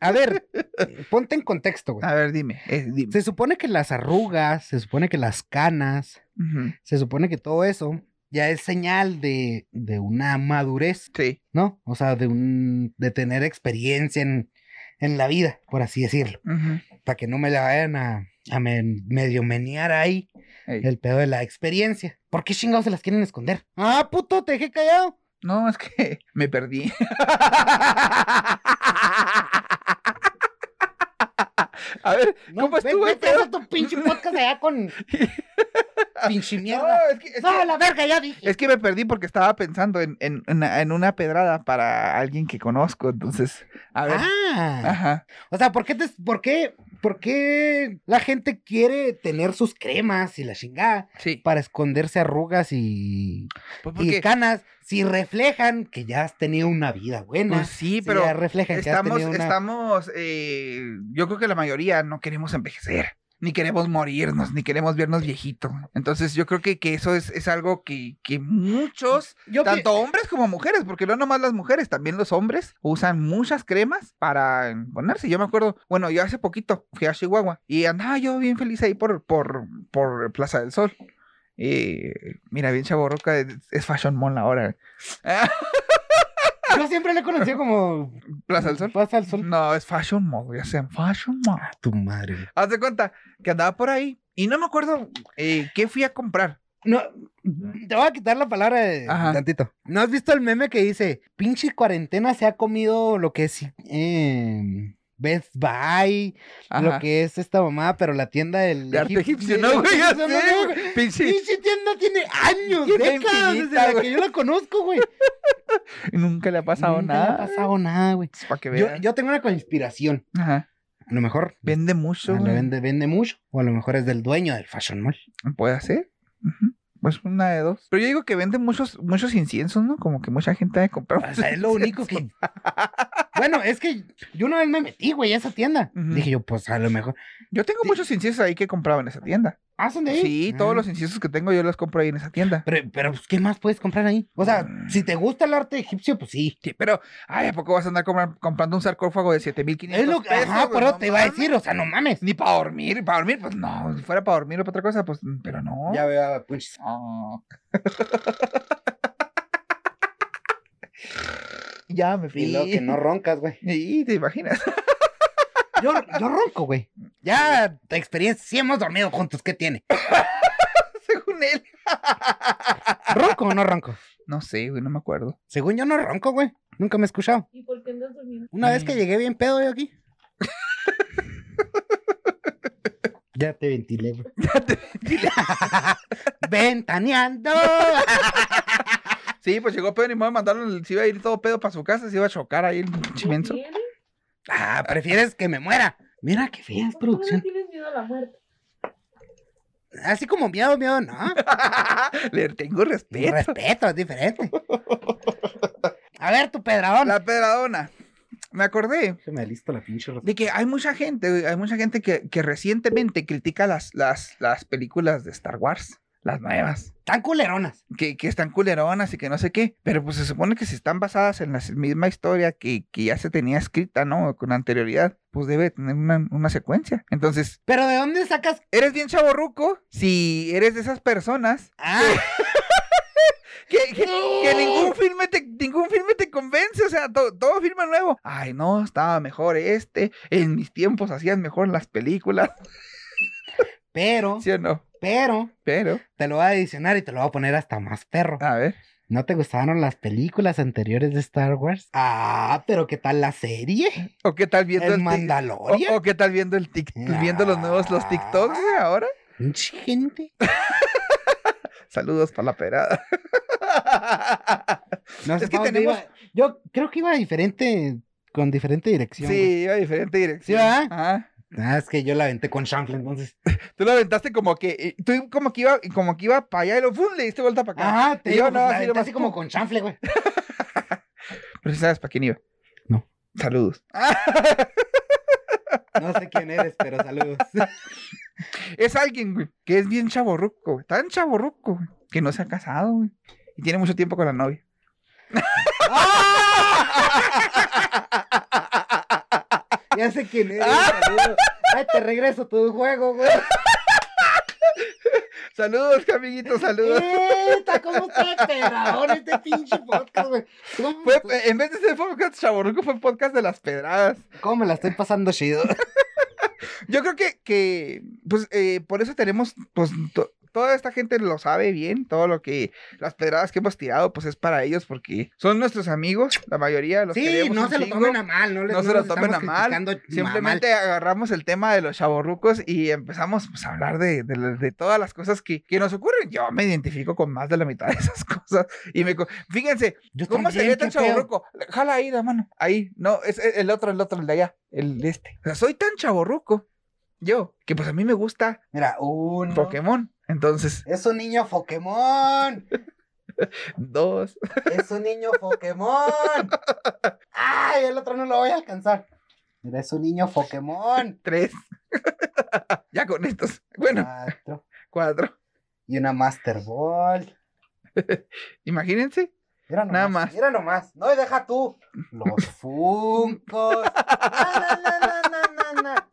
Speaker 5: a ver, ponte en contexto, güey.
Speaker 9: A ver, dime, eh, dime.
Speaker 5: Se supone que las arrugas, se supone que las canas,
Speaker 9: Ujú.
Speaker 5: se supone que todo eso ya es señal de, de una madurez,
Speaker 9: Sí.
Speaker 5: ¿no? O sea, de un de tener experiencia en, en la vida, por así decirlo.
Speaker 9: Ujú.
Speaker 5: Para que no me la vayan a, a men- medio menear ahí
Speaker 9: Ey.
Speaker 5: el pedo de la experiencia. ¿Por qué chingados se las quieren esconder? Ah, puto, te dejé callado.
Speaker 9: No, es que me perdí. A ver,
Speaker 5: No,
Speaker 9: ¿cómo
Speaker 5: ve-
Speaker 9: estuvo el
Speaker 5: vete a
Speaker 9: pedo?
Speaker 5: hacer tu pinche podcast allá con pinche
Speaker 9: No,
Speaker 5: mierda.
Speaker 9: es que, es,
Speaker 5: No,
Speaker 9: que,
Speaker 5: la verga, ya dije.
Speaker 9: es que me perdí porque estaba pensando en, en, en una- en una pedrada para alguien que conozco, entonces, a ver.
Speaker 5: Ah,
Speaker 9: Ajá.
Speaker 5: o sea, ¿por qué, te- por, qué, ¿por qué la gente quiere tener sus cremas y la chingada
Speaker 9: Sí.
Speaker 5: para esconderse arrugas y,
Speaker 9: Pues
Speaker 5: y
Speaker 9: porque-
Speaker 5: canas si reflejan que ya has tenido una vida buena?
Speaker 9: pues sí,
Speaker 5: Si
Speaker 9: pero
Speaker 5: ya reflejan que has
Speaker 9: estamos,
Speaker 5: tenido una...
Speaker 9: estamos, eh, yo creo que la mayoría no queremos envejecer, ni queremos morirnos, ni queremos vernos viejito. Entonces yo creo que, que eso es, es algo que, que muchos,
Speaker 5: Yo que-
Speaker 9: tanto hombres como mujeres, porque no nomás las mujeres, también los hombres usan muchas cremas para ponerse. Yo me acuerdo, bueno, yo hace poquito fui a Chihuahua y andaba yo bien feliz ahí por, por, por Plaza del Sol. Y mira, bien chaborroca, es es Fashion Mall ahora.
Speaker 5: Yo siempre le he conocido como...
Speaker 9: ¿Plaza del Sol? Mm.
Speaker 5: Plaza al sol.
Speaker 9: No, es Fashion Mall, ya sean Fashion Mall.
Speaker 5: Ah, Tu madre. güey.
Speaker 9: Haz de cuenta que andaba por ahí y no me acuerdo eh, qué fui a comprar.
Speaker 5: No, te voy a quitar la palabra de-
Speaker 9: Ajá.
Speaker 5: tantito. ¿No has visto el meme que dice, pinche cuarentena se ha comido lo que es eh, Best Buy, lo
Speaker 9: Ajá.
Speaker 5: que es esta mamá, pero la tienda del
Speaker 9: De arte egipcio,
Speaker 5: del
Speaker 9: no, güey, ya
Speaker 5: egipcio, no,
Speaker 9: sé,
Speaker 5: no,
Speaker 9: güey.
Speaker 5: güey.
Speaker 9: Pinche,
Speaker 5: Pinche tienda tiene años,
Speaker 9: Tiene
Speaker 5: décadas desde
Speaker 9: infinita,
Speaker 5: la que
Speaker 9: güey.
Speaker 5: yo la conozco, güey.
Speaker 9: nunca le ha pasado
Speaker 5: Nunca
Speaker 9: nada. Pues,
Speaker 5: le ha pasado nada, güey.
Speaker 9: Para que
Speaker 5: Yo,
Speaker 9: vean.
Speaker 5: yo tengo una conspiración.
Speaker 9: Ajá.
Speaker 5: A lo mejor
Speaker 9: Vende
Speaker 5: ah,
Speaker 9: mucho.
Speaker 5: le
Speaker 9: güey.
Speaker 5: vende, vende mucho, o a lo mejor es del dueño del Fashion Mall.
Speaker 9: Puede ser. Ujú. Pues una de dos. Pero yo digo que vende muchos, muchos inciensos, ¿no? Como que mucha gente ha de comprar.
Speaker 5: O sea, es lo único que. Bueno, es que yo una vez me metí, güey, a esa tienda.
Speaker 9: Ujú.
Speaker 5: Dije yo, pues a lo mejor.
Speaker 9: Yo tengo muchos inciensos ahí que he comprado en esa tienda.
Speaker 5: Ah, son de ahí.
Speaker 9: Sí, todos
Speaker 5: Ah.
Speaker 9: los inciensos que tengo yo los compro ahí en esa tienda.
Speaker 5: Pero, pero, pues, ¿qué más puedes comprar ahí? O sea,
Speaker 9: Mm.
Speaker 5: si te gusta el arte egipcio, pues sí.
Speaker 9: Sí, pero, ay, ¿a poco vas a andar compra- comprando un sarcófago de 7500
Speaker 5: Es lo que.
Speaker 9: pesos?
Speaker 5: Ajá,
Speaker 9: güey?
Speaker 5: pero
Speaker 9: No
Speaker 5: te iba a
Speaker 9: mames.
Speaker 5: decir, o sea, no mames.
Speaker 9: Ni para dormir, para dormir, pues no, si fuera para dormir o para otra cosa, pues, mm, pero no. Ah.
Speaker 5: veo, pues.
Speaker 9: No. ya me fui.
Speaker 5: roncas, güey.
Speaker 9: Y te imaginas.
Speaker 5: Yo, yo ronco, güey. Ya, tu experiencia, sí hemos dormido juntos, ¿qué tiene?
Speaker 9: Según él.
Speaker 5: ¿Ronco o no ronco?
Speaker 9: No sé, güey, no me acuerdo.
Speaker 5: Según yo no ronco, güey. Nunca me he escuchado.
Speaker 10: ¿Y por qué andas durmiendo?
Speaker 5: Una vez que llegué bien pedo yo aquí. ya te ventilé, güey. Ventaneando.
Speaker 9: Sí, pues llegó pedo ni modo de mandarlo. en el- Se iba a ir todo pedo para su casa, se iba a chocar ahí el chimenso.
Speaker 10: ¿Tienes?
Speaker 5: ah, prefieres que me muera. Mira qué fea es
Speaker 10: ¿Por qué no le
Speaker 5: producción.
Speaker 10: tienes miedo a la muerte?
Speaker 5: Así como miedo, miedo, no.
Speaker 9: Le tengo respeto.
Speaker 5: Respeto, es diferente. A ver, tu pedradón.
Speaker 9: La pedradona. Me acordé
Speaker 5: Se Me listo la pinche
Speaker 9: de que hay mucha gente, güey, hay mucha gente que, que recientemente critica las, las, las películas de Star Wars. Las nuevas.
Speaker 5: Tan culeronas.
Speaker 9: Que, que están culeronas y que no sé qué. Pero pues se supone que si están basadas en la misma historia que, que ya se tenía escrita, ¿no? Con anterioridad, pues debe tener una, una secuencia. Entonces,
Speaker 5: Pero ¿de dónde sacas?
Speaker 9: eres bien chaborruco si eres de esas personas
Speaker 5: Ah,
Speaker 9: que, que- que ningún filme te ningún filme te convence, o sea, to- todo filme nuevo. Ay, no, estaba mejor este, en mis tiempos hacían mejor las películas,
Speaker 5: pero,
Speaker 9: ¿sí o no?
Speaker 5: pero,
Speaker 9: Pero,
Speaker 5: te lo voy a adicionar y te lo voy a poner hasta más perro.
Speaker 9: a ver,
Speaker 5: ¿No te gustaron las películas anteriores de Star Wars? Ah, pero ¿qué tal la serie?
Speaker 9: ¿o qué tal viendo
Speaker 5: ¿El
Speaker 9: el tic- o,
Speaker 5: Mandalorian?
Speaker 9: o qué tal viendo el tic- viendo los nuevos los TikToks güey, ahora?
Speaker 5: Pinche gente.
Speaker 9: Saludos para la perada.
Speaker 5: No sé
Speaker 9: Es que
Speaker 5: pa' dónde
Speaker 9: tenemos-
Speaker 5: iba. Yo creo que iba diferente, con diferente dirección. güey.
Speaker 9: Sí, iba a diferente dirección.
Speaker 5: Sí, ¿verdad?
Speaker 9: Ajá.
Speaker 5: Ah, es que yo la aventé con Shankle, entonces.
Speaker 9: Tú lo aventaste como que eh, tú como que iba como que iba para allá y lo ¡fum! le diste vuelta para acá.
Speaker 5: Ajá, te
Speaker 9: Ah, Y
Speaker 5: digo, pues,
Speaker 9: yo no,
Speaker 5: la
Speaker 9: así
Speaker 5: aventé
Speaker 9: nomás,
Speaker 5: así como
Speaker 9: ¡pum!
Speaker 5: con chanfle, güey.
Speaker 9: Pero sí sabes para quién iba.
Speaker 5: No.
Speaker 9: Saludos.
Speaker 5: No sé quién eres, pero saludos.
Speaker 9: Es alguien, güey, que es bien chaborruco, güey, tan chaborruco, güey, que no se ha casado, güey, y tiene mucho tiempo con la novia.
Speaker 5: ¡Ah! ya sé quién eres,
Speaker 9: Ah.
Speaker 5: saludos. Ay, te regreso tu juego, güey.
Speaker 9: Saludos, amiguitos, saludos.
Speaker 5: Eta, ¿cómo está pedrador este pinche podcast, güey?
Speaker 9: Pues,
Speaker 5: ¿Cómo,
Speaker 9: Fue- en vez de ser podcast chaborruco, fue podcast de las pedradas.
Speaker 5: cómo me la estoy pasando chido?
Speaker 9: Yo creo que, que pues, eh, por eso tenemos, pues, to- toda esta gente lo sabe bien, todo lo que, las pedradas que hemos tirado, pues, es para ellos, porque son nuestros amigos, la mayoría los
Speaker 5: Sí,
Speaker 9: queremos
Speaker 5: no
Speaker 9: un
Speaker 5: se lo
Speaker 9: chingo.
Speaker 5: tomen a mal, no, les,
Speaker 9: no se lo
Speaker 5: los
Speaker 9: tomen
Speaker 5: estamos
Speaker 9: a mal,
Speaker 5: criticando mal.
Speaker 9: Simplemente agarramos el tema de los chaborrucos y empezamos pues, a hablar de, de la- de todas las cosas que, que nos ocurren. Yo me identifico con más de la mitad de esas cosas. Y me co- fíjense,
Speaker 5: Yo
Speaker 9: ¿cómo se
Speaker 5: también,
Speaker 9: ve tan
Speaker 5: Pues, qué pedo.
Speaker 9: chaborruco? Jala ahí la mano. Ahí, no, es e, el el otro, el otro, el de allá, el de este. O sea, soy tan chaborruco, yo, que pues a mí me gusta
Speaker 5: Mira, uno.
Speaker 9: Pokémon. Entonces,
Speaker 5: Es un niño Pokémon.
Speaker 9: dos.
Speaker 5: Es un niño Pokémon. Ay, el otro no lo voy a alcanzar. Mira, es un niño Pokémon.
Speaker 9: Tres. ya con estos.
Speaker 5: Ah.
Speaker 9: Bueno,
Speaker 5: Cuatro.
Speaker 9: cuatro.
Speaker 5: Y una Master Ball.
Speaker 9: Imagínense.
Speaker 5: Mira
Speaker 9: Nada más.
Speaker 5: Mira nomás. No, y deja tú. Los Funcos. Na, na, na, na, na, na.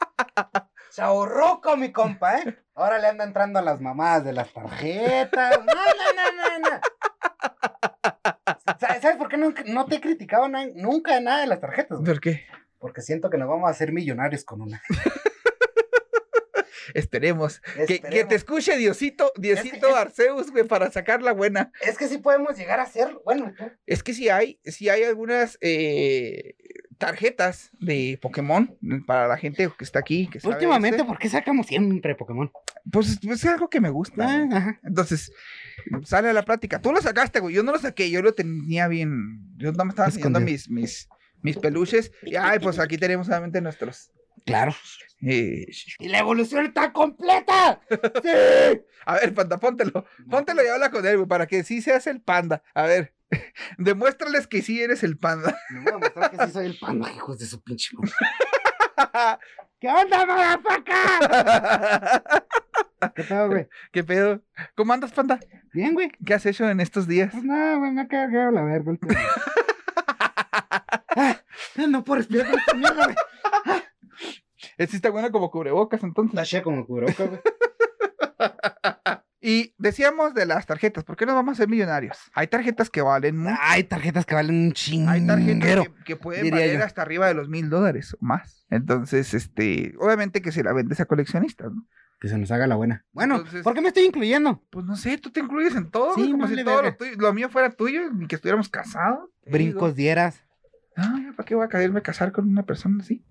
Speaker 5: Chaurruco, mi compa, ¿eh? Ahora le anda entrando a las mamadas de las tarjetas. No, no, no, no, no. ¿Sabes sabes por qué nunca- no, te he criticado na- nunca de nada de las tarjetas? güey?
Speaker 9: ¿Por qué?
Speaker 5: Porque siento que nos vamos a hacer millonarios con una.
Speaker 9: Esperemos. Que, que
Speaker 5: Esperemos.
Speaker 9: te escuche Diosito, Diosito
Speaker 5: es-
Speaker 9: Arceus, güey, para sacar la buena.
Speaker 5: Es que sí podemos llegar a ser, bueno, tú.
Speaker 9: Es que si hay, si hay algunas eh, tarjetas de Pokémon eh, para la gente que está aquí. Que sabe este,
Speaker 5: ¿por qué sacamos siempre Pokémon?
Speaker 9: pues, pues, es algo que me
Speaker 5: Ah,
Speaker 9: gusta. Entonces, sale a la práctica. Tú lo sacaste, güey. Yo no lo saqué, yo lo tenía bien. Yo no me estaba enseñando
Speaker 5: Escondido.
Speaker 9: mis, mis, mis peluches. Y ay, pues aquí tenemos solamente nuestros.
Speaker 5: claro.
Speaker 9: eh,
Speaker 5: ¡Y la evolución está completa!
Speaker 9: A ver, panda, póntelo. Póntelo y habla con él, güey, para que sí seas el panda. A ver, demuéstrales que sí eres el panda.
Speaker 5: Me voy a mostrar que sí soy el panda, hijos de su pinche madre. ¿Qué onda, motherfucker? ¿Qué pedo, güey?
Speaker 9: ¿Qué pedo? ¿Cómo andas, panda?
Speaker 5: Bien, güey.
Speaker 9: ¿Qué has hecho en estos días?
Speaker 5: Pues nada, güey, me ha cagado la verga. el tema. Ah, no puedo respirar con esta mierda, güey.
Speaker 9: Eh, Sí está bueno como cubrebocas, entonces.
Speaker 5: Flashea como cubroca, güey.
Speaker 9: Y decíamos de las tarjetas, ¿por qué no vamos a ser millonarios? Hay tarjetas que valen mucho.
Speaker 5: Hay tarjetas que valen un chingo.
Speaker 9: Hay tarjetas que, que pueden
Speaker 5: diría
Speaker 9: valer
Speaker 5: yo.
Speaker 9: hasta arriba de los mil dólares o más. Entonces, este, obviamente que se la vendes a coleccionistas, ¿no?
Speaker 5: Que se nos haga la buena. Bueno,
Speaker 9: Entonces-
Speaker 5: ¿por qué me estoy incluyendo?
Speaker 9: Pues no sé, tú te incluyes en todo,
Speaker 5: Sí,
Speaker 9: güey, como
Speaker 5: vale
Speaker 9: si todo lo,
Speaker 5: verga.
Speaker 9: tuyo- lo mío fuera tuyo, ni que estuviéramos casados. Te digo.
Speaker 5: Brincos dieras.
Speaker 9: Ah, ¿para qué voy a caerme a casar con una persona así?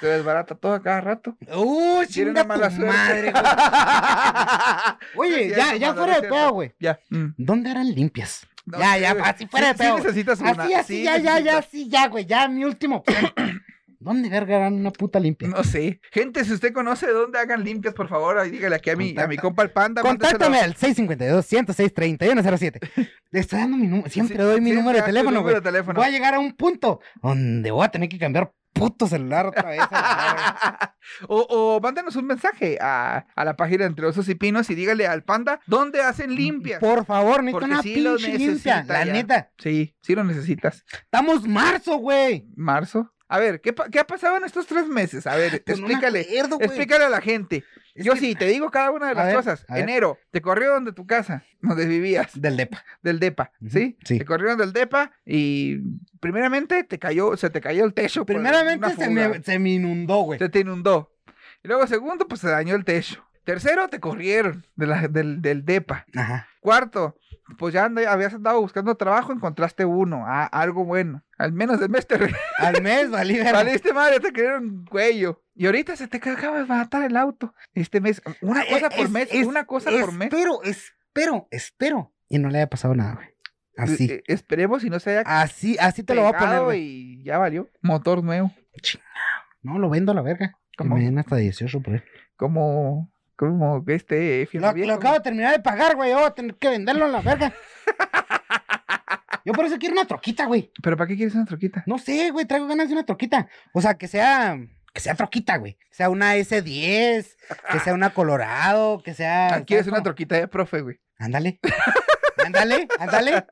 Speaker 9: Se desbarata todo a cada rato.
Speaker 5: ¡Uh,
Speaker 9: Tiene
Speaker 5: chinga
Speaker 9: una mala
Speaker 5: tu madre,
Speaker 9: suerte.
Speaker 5: güey. Oye,
Speaker 9: Sí,
Speaker 5: ya,
Speaker 9: es cierto,
Speaker 5: ya
Speaker 9: madre,
Speaker 5: fuera
Speaker 9: es
Speaker 5: de
Speaker 9: cierto.
Speaker 5: pedo, güey.
Speaker 9: Ya. mm.
Speaker 5: ¿Dónde eran limpias?
Speaker 9: No,
Speaker 5: ya,
Speaker 9: sí,
Speaker 5: ya,
Speaker 9: güey.
Speaker 5: así fuera de
Speaker 9: Sí- sí
Speaker 5: pedo. güey.
Speaker 9: necesitas una.
Speaker 5: Así, así,
Speaker 9: sí
Speaker 5: ya, ya, ya,
Speaker 9: necesitas.
Speaker 5: así, ya, güey. Ya, mi último plan. ¿Dónde verga eran una puta limpia?
Speaker 9: No sé. Gente, si usted conoce dónde hagan limpias, por favor, ahí dígale aquí a mi, a mi
Speaker 5: Contacta-
Speaker 9: compa el panda.
Speaker 5: Contáctame
Speaker 9: mándeselo.
Speaker 5: al 652-106-3107. Le estoy dando mi número. Siempre
Speaker 9: Sí,
Speaker 5: doy mi
Speaker 9: siempre
Speaker 5: número de
Speaker 9: das tu
Speaker 5: teléfono,
Speaker 9: número
Speaker 5: güey.
Speaker 9: de teléfono.
Speaker 5: Voy a llegar a un punto donde voy a tener que cambiar puto celular otra vez. a la verga.
Speaker 9: O, o mándanos un mensaje a, a la página Entre Osos y Pinos y dígale al panda dónde hacen limpias.
Speaker 5: Por favor, necesito
Speaker 9: Porque
Speaker 5: una
Speaker 9: sí lo
Speaker 5: pinche limpia.
Speaker 9: necesita
Speaker 5: La
Speaker 9: ya.
Speaker 5: neta,
Speaker 9: Sí, sí lo necesitas.
Speaker 5: estamos marzo, güey.
Speaker 9: Marzo. A ver, ¿qué, pa- qué ha pasado en estos tres meses? A ver,
Speaker 5: Pues no me
Speaker 9: explícale.
Speaker 5: acuerdo, güey.
Speaker 9: explícale a la gente.
Speaker 5: Es
Speaker 9: Yo
Speaker 5: que-
Speaker 9: sí, te digo cada una de
Speaker 5: A
Speaker 9: las
Speaker 5: ver,
Speaker 9: cosas.
Speaker 5: a ver.
Speaker 9: Enero, te corrieron de tu casa, donde vivías.
Speaker 5: Del depa.
Speaker 9: del DEPA,
Speaker 5: Ujú,
Speaker 9: ¿sí?
Speaker 5: sí.
Speaker 9: Te corrieron del DEPA y primeramente te cayó, se te cayó el techo. por
Speaker 5: Primeramente
Speaker 9: una
Speaker 5: se
Speaker 9: fuga.
Speaker 5: me, se me inundó, güey.
Speaker 9: Se te inundó. Y luego segundo, pues se dañó el techo. Tercero, te corrieron de la- del, del DEPA.
Speaker 5: Ajá.
Speaker 9: Cuarto, pues ya anda- habías andado buscando trabajo, encontraste uno, a- algo bueno. Al menos del mes te re-
Speaker 5: Al mes, valí verga.
Speaker 9: valiste madre, te quedaron cuello. Y ahorita se te acaba de matar el auto. Este mes, una
Speaker 5: Eh,
Speaker 9: cosa por
Speaker 5: es-
Speaker 9: mes,
Speaker 5: es-
Speaker 9: una cosa por mes. Eh,
Speaker 5: Espero, espero, espero. Y no le haya pasado nada, güey. Así.
Speaker 9: Eh, Esperemos y no se haya
Speaker 5: Así, así te lo voy a poner,
Speaker 9: pegado
Speaker 5: güey.
Speaker 9: y ya valió. Motor nuevo.
Speaker 5: No, lo vendo a la verga. Que
Speaker 9: ¿Cómo?
Speaker 5: me den hasta 18 por él.
Speaker 9: Como, como que este fierro
Speaker 5: Lo,
Speaker 9: viejo.
Speaker 5: lo acabo de terminar de pagar, güey. Yo voy a tener que venderlo a la verga. Yo por eso quiero una troquita, güey.
Speaker 9: Pero ¿para qué quieres una troquita?
Speaker 5: No sé, güey. Traigo ganas de una troquita. O sea, que sea. Que sea troquita, güey. Que sea una S10, que sea una Colorado, que sea.
Speaker 9: Ah, quieres
Speaker 5: ¿sabes
Speaker 9: una
Speaker 5: cómo?
Speaker 9: troquita de profe, güey.
Speaker 5: Ándale. Ándale, ándale.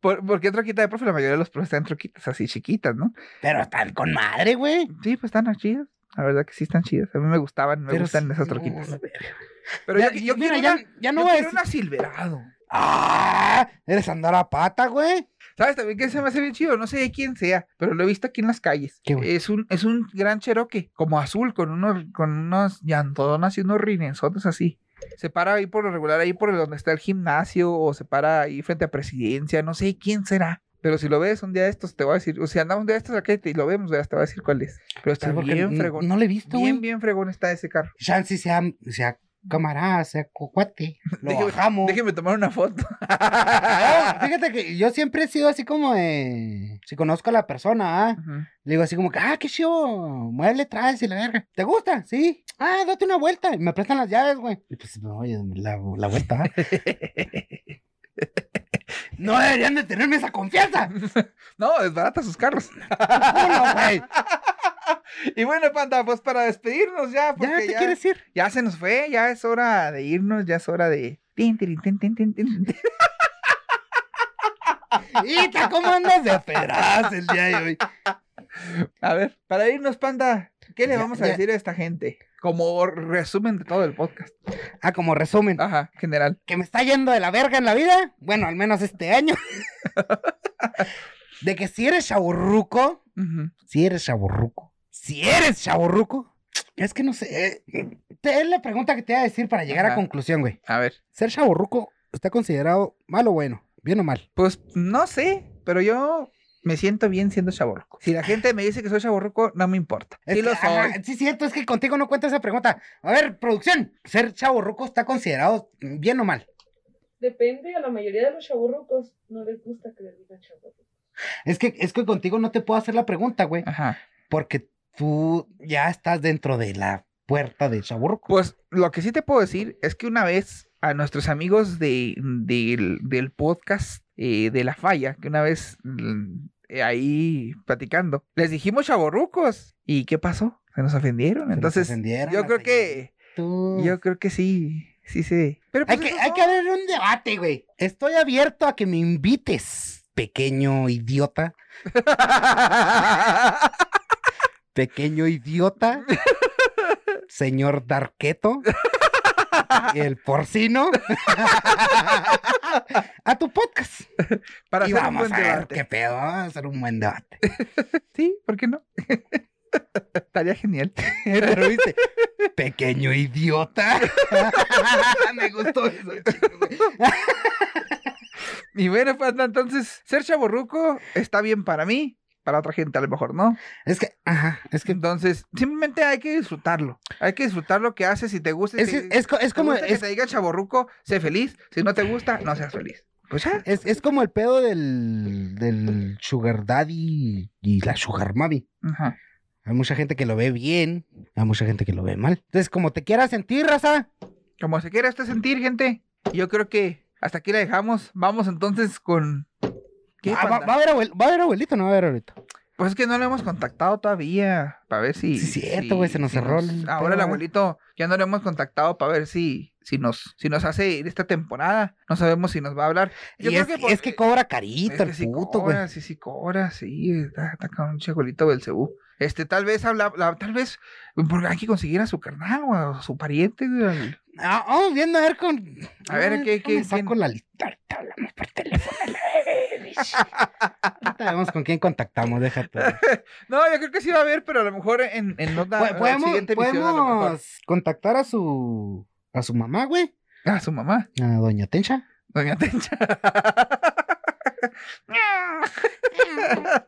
Speaker 9: ¿Por, por qué troquita de profe? La mayoría de los profes están troquitas así chiquitas, ¿no?
Speaker 5: Pero están con madre, güey.
Speaker 9: Sí, pues están chidas. La verdad que sí están chidas. A mí me gustaban, me
Speaker 5: Pero
Speaker 9: gustan
Speaker 5: sí,
Speaker 9: esas
Speaker 5: no,
Speaker 9: troquitas.
Speaker 5: la
Speaker 9: Pero
Speaker 5: Ya-
Speaker 9: yo, yo
Speaker 5: mira,
Speaker 9: quiero
Speaker 5: ya,
Speaker 9: una,
Speaker 5: ya no
Speaker 9: yo
Speaker 5: voy a
Speaker 9: quiero
Speaker 5: decir.
Speaker 9: una Silverado.
Speaker 5: ¡Ah! Eres andar a pata, güey.
Speaker 9: ¿Sabes también que se me hace bien chido? No sé de quién sea, pero lo he visto aquí en las calles.
Speaker 5: ¿Qué, güey?
Speaker 9: es, un, es un gran Cherokee, como azul, con unos, con unos llantodonas y unos rinenzotes así. Se para ahí por lo regular, ahí por donde está el gimnasio, o se para ahí frente a presidencia, no sé quién será. Pero si lo ves un día de estos, te voy a decir, o sea, andamos un día de estos acá y te- y lo vemos, verás, te voy a decir cuál es. Pero está
Speaker 5: Sí, porque
Speaker 9: bien
Speaker 5: n-
Speaker 9: fregón.
Speaker 5: No le he visto, güey.
Speaker 9: bien, bien fregón está ese carro.
Speaker 5: Chance sea, sea camarada, sea cocuate. Lo
Speaker 9: Déjeme-
Speaker 5: bajamos.
Speaker 9: Déjeme tomar una foto.
Speaker 5: Ah, fíjate que yo siempre he sido así como de. Si conozco a la persona, ¿ah?
Speaker 9: Ujú.
Speaker 5: le digo así como que, ah, qué chido, mueble traes y la verga. ¿Te gusta? Sí. Ah, date una vuelta. Y me prestan las llaves, güey. Y pues, oye, la, la vuelta. ¿ah? no deberían de tenerme esa confianza.
Speaker 9: No, desbarata sus carros.
Speaker 5: Bueno, güey.
Speaker 9: Y bueno, Panda, pues para despedirnos ya, porque
Speaker 5: Ya
Speaker 9: ya,
Speaker 5: te quieres ir.
Speaker 9: ya se nos fue, ya es hora de irnos, ya es hora de... Tin, tirin, tin, tin, tin, tin, tin.
Speaker 5: Hija, ¿cómo andas de peraz el día de hoy?
Speaker 9: A ver, para irnos, Panda, ¿qué le
Speaker 5: Ya,
Speaker 9: vamos a
Speaker 5: ya.
Speaker 9: decir a esta gente? Como resumen de todo el podcast.
Speaker 5: Ah, como resumen.
Speaker 9: Ajá, general.
Speaker 5: que me está yendo de la verga en la vida, bueno, al menos este año, de que si eres chaburruco,
Speaker 9: Ujú.
Speaker 5: si eres chaburruco, si eres chaburruco, es que no sé, eh, te- es la pregunta que te iba a decir para llegar
Speaker 9: Ajá.
Speaker 5: a conclusión, güey.
Speaker 9: A ver.
Speaker 5: ¿Ser chaburruco está considerado malo o bueno? ¿Bien o mal?
Speaker 9: Pues no sé, pero yo me siento bien siendo chaborroco. Si la gente me dice que soy chaborroco, no me importa.
Speaker 5: Es
Speaker 9: Sí
Speaker 5: que,
Speaker 9: lo
Speaker 5: ajá,
Speaker 9: soy.
Speaker 5: sí, cierto, es que contigo no cuenta esa pregunta. A ver, producción, ¿ser chaburruco está considerado bien o mal?
Speaker 10: Depende, a la mayoría de los chaburrucos no les gusta que les digan chaburrucos.
Speaker 5: Es que, es que contigo no te puedo hacer la pregunta, güey,
Speaker 9: Ajá.
Speaker 5: porque tú ya estás dentro de la puerta de chaburruco.
Speaker 9: Pues lo que sí te puedo decir es que una vez a nuestros amigos de, del- del podcast eh, de La Falla, que una vez mm, eh, ahí platicando, les dijimos chaborrucos. ¿Y qué pasó? Se nos ofendieron.
Speaker 5: nos
Speaker 9: Entonces,
Speaker 5: ofendieron,
Speaker 9: yo
Speaker 5: la
Speaker 9: creo que,
Speaker 5: Tú.
Speaker 9: yo creo que sí, sí sé. Pero
Speaker 5: hay,
Speaker 9: pues
Speaker 5: que,
Speaker 9: esos
Speaker 5: hay
Speaker 9: son-
Speaker 5: que abrir un debate, güey. Estoy abierto a que me invites, pequeño idiota. Pequeño idiota. Señor Darqueto. El porcino. a tu podcast.
Speaker 9: Para
Speaker 5: y
Speaker 9: hacer un
Speaker 5: vamos
Speaker 9: buen
Speaker 5: a ver
Speaker 9: debate.
Speaker 5: qué pedo. Vamos a hacer un buen debate.
Speaker 9: Sí, ¿por qué no? Estaría genial.
Speaker 5: Pero viste, pequeño idiota. me gustó eso. chico, güey.
Speaker 9: Y bueno, Panda, entonces, ser chaborruco está bien para mí, para otra gente a lo mejor, ¿no?
Speaker 5: Es que, ajá, es que
Speaker 9: Entonces, simplemente hay que disfrutarlo. Hay que disfrutar lo que haces. Si te gusta, y
Speaker 5: Es,
Speaker 9: te-
Speaker 5: que- es, co- es
Speaker 9: te
Speaker 5: como,
Speaker 9: gusta que
Speaker 5: es,
Speaker 9: te diga chaborruco, sé feliz. Si no te gusta, no seas feliz. Pues ya.
Speaker 5: es- es como el pedo del, del Sugar Daddy y la Sugar Mami.
Speaker 9: Ajá.
Speaker 5: Hay mucha gente que lo ve bien, hay mucha gente que lo ve mal. Entonces, como te quieras sentir, raza,
Speaker 9: Como se quiera usted sentir, gente. Yo creo que hasta aquí la dejamos. Vamos entonces con. ¿Qué,
Speaker 5: ah, va,
Speaker 9: Panda?
Speaker 5: va a haber abuel- va a haber abuelito, no va a haber abuelito.
Speaker 9: Pues es que no lo hemos contactado todavía. Para ver si.
Speaker 5: Sí, es cierto, güey, se nos cerró el
Speaker 9: Ahora
Speaker 5: pedo,
Speaker 9: el
Speaker 5: ¿eh?
Speaker 9: abuelito ya no lo hemos contactado para ver si, si, nos, si nos hace ir esta temporada. No sabemos si nos va a hablar. Yo
Speaker 5: Y
Speaker 9: creo
Speaker 5: es,
Speaker 9: por-
Speaker 5: es que cobra
Speaker 9: es
Speaker 5: carito
Speaker 9: que sí
Speaker 5: el puto, güey.
Speaker 9: cobra, sí, sí cobra, sí. Está, está cabrón, che, abuelito del Cebú. Este, tal vez habla, la- tal vez, porque hay que conseguir a su carnal o a su pariente. güey, al-
Speaker 5: Ah, vamos viendo a ver con.
Speaker 9: A ver, ¿qué-
Speaker 5: déjame
Speaker 9: qué-
Speaker 5: Saco
Speaker 9: quién?
Speaker 5: la lista. Ahorita hablamos por teléfono. la verga. Ahorita vemos con quién contactamos, déjate.
Speaker 9: No, yo creo que sí va a haber, pero a lo mejor en, en otra- en la
Speaker 5: podemos
Speaker 9: siguiente emisión a lo mejor.
Speaker 5: podemos contactar a su. a su mamá, güey.
Speaker 9: A Ah, su mamá,
Speaker 5: A doña Tencha.
Speaker 9: doña Tencha.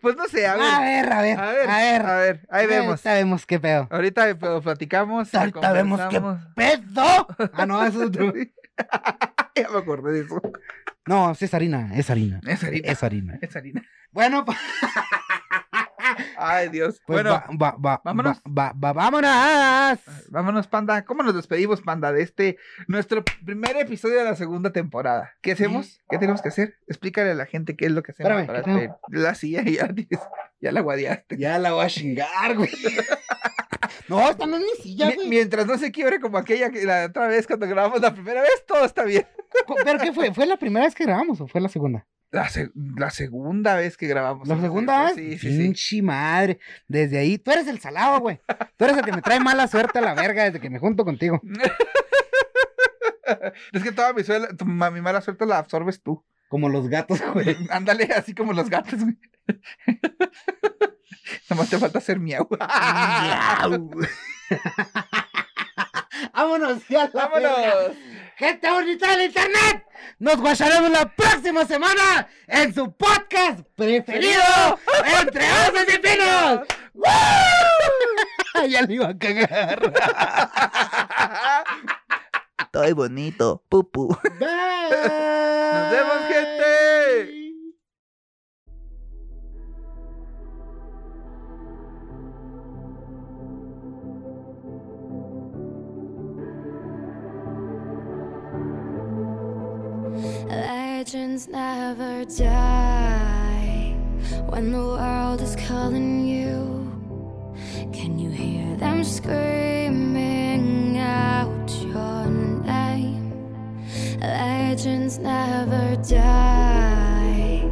Speaker 9: pues no sé, a ver.
Speaker 5: A ver, a ver,
Speaker 9: A ver,
Speaker 5: a ver.
Speaker 9: a ver, ahí vemos.
Speaker 5: Sabemos qué pedo.
Speaker 9: Ahorita eh, pues, platicamos. eh,
Speaker 5: Ahorita vemos qué
Speaker 9: conversamos.
Speaker 5: ¡Pedo! Ah, no, eso es otro.
Speaker 9: ya me acordé de eso.
Speaker 5: No, sí es harina, es harina.
Speaker 9: Es harina.
Speaker 5: Es harina.
Speaker 9: Es harina.
Speaker 5: Bueno, pues
Speaker 9: Ay, Dios.
Speaker 5: bueno,
Speaker 9: bueno,
Speaker 5: Pues va, va, va,
Speaker 9: vámonos.
Speaker 5: Va, va- va- vámonos.
Speaker 9: vámonos, panda. ¿Cómo nos despedimos, panda, de este nuestro primer episodio de la segunda temporada? ¿Qué hacemos? ¿Qué tenemos que hacer? Explícale a la gente qué es lo que hacemos
Speaker 5: Espérame,
Speaker 9: para
Speaker 5: ¿qué tengo?
Speaker 9: despedir. La silla ya, la tienes- ya la guadeaste.
Speaker 5: Ya la voy a chingar, güey. No, esta no es mi silla,
Speaker 9: Mi-
Speaker 5: güey.
Speaker 9: mientras no se quiebre como aquella que la otra vez cuando grabamos la primera vez, todo está bien.
Speaker 5: Co- ¿Pero qué fue? ¿Fue la primera vez que grabamos o fue la segunda?
Speaker 9: La, se- la segunda vez que grabamos.
Speaker 5: ¿La segunda vez?
Speaker 9: Pues, eh, Sí, sí, sí.
Speaker 5: Pinche madre. Desde ahí, tú eres el salado, güey. Tú eres el que me trae mala suerte a la verga desde que me junto contigo.
Speaker 9: Es que toda mi, suela- tu- ma- mi mala suerte la absorbes tú.
Speaker 5: Como los gatos, güey.
Speaker 9: Ándale, así como los gatos, güey. Nomás te falta hacer miau.
Speaker 5: Miau. Vámonos, ya la verga.
Speaker 9: ¡Vámonos!
Speaker 5: ¡Gente bonita del internet! ¡Nos guacharemos la próxima semana en su podcast preferido entre osos y pinos! ¡Woo! ya le iba a cagar.
Speaker 9: Estoy bonito, pupu.
Speaker 5: Bye.
Speaker 9: ¡Nos vemos, gente!
Speaker 8: Legends never die when the world is calling you. Can you hear them screaming out your name? Legends never die,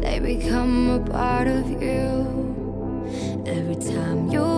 Speaker 8: they become a part of you. Every time you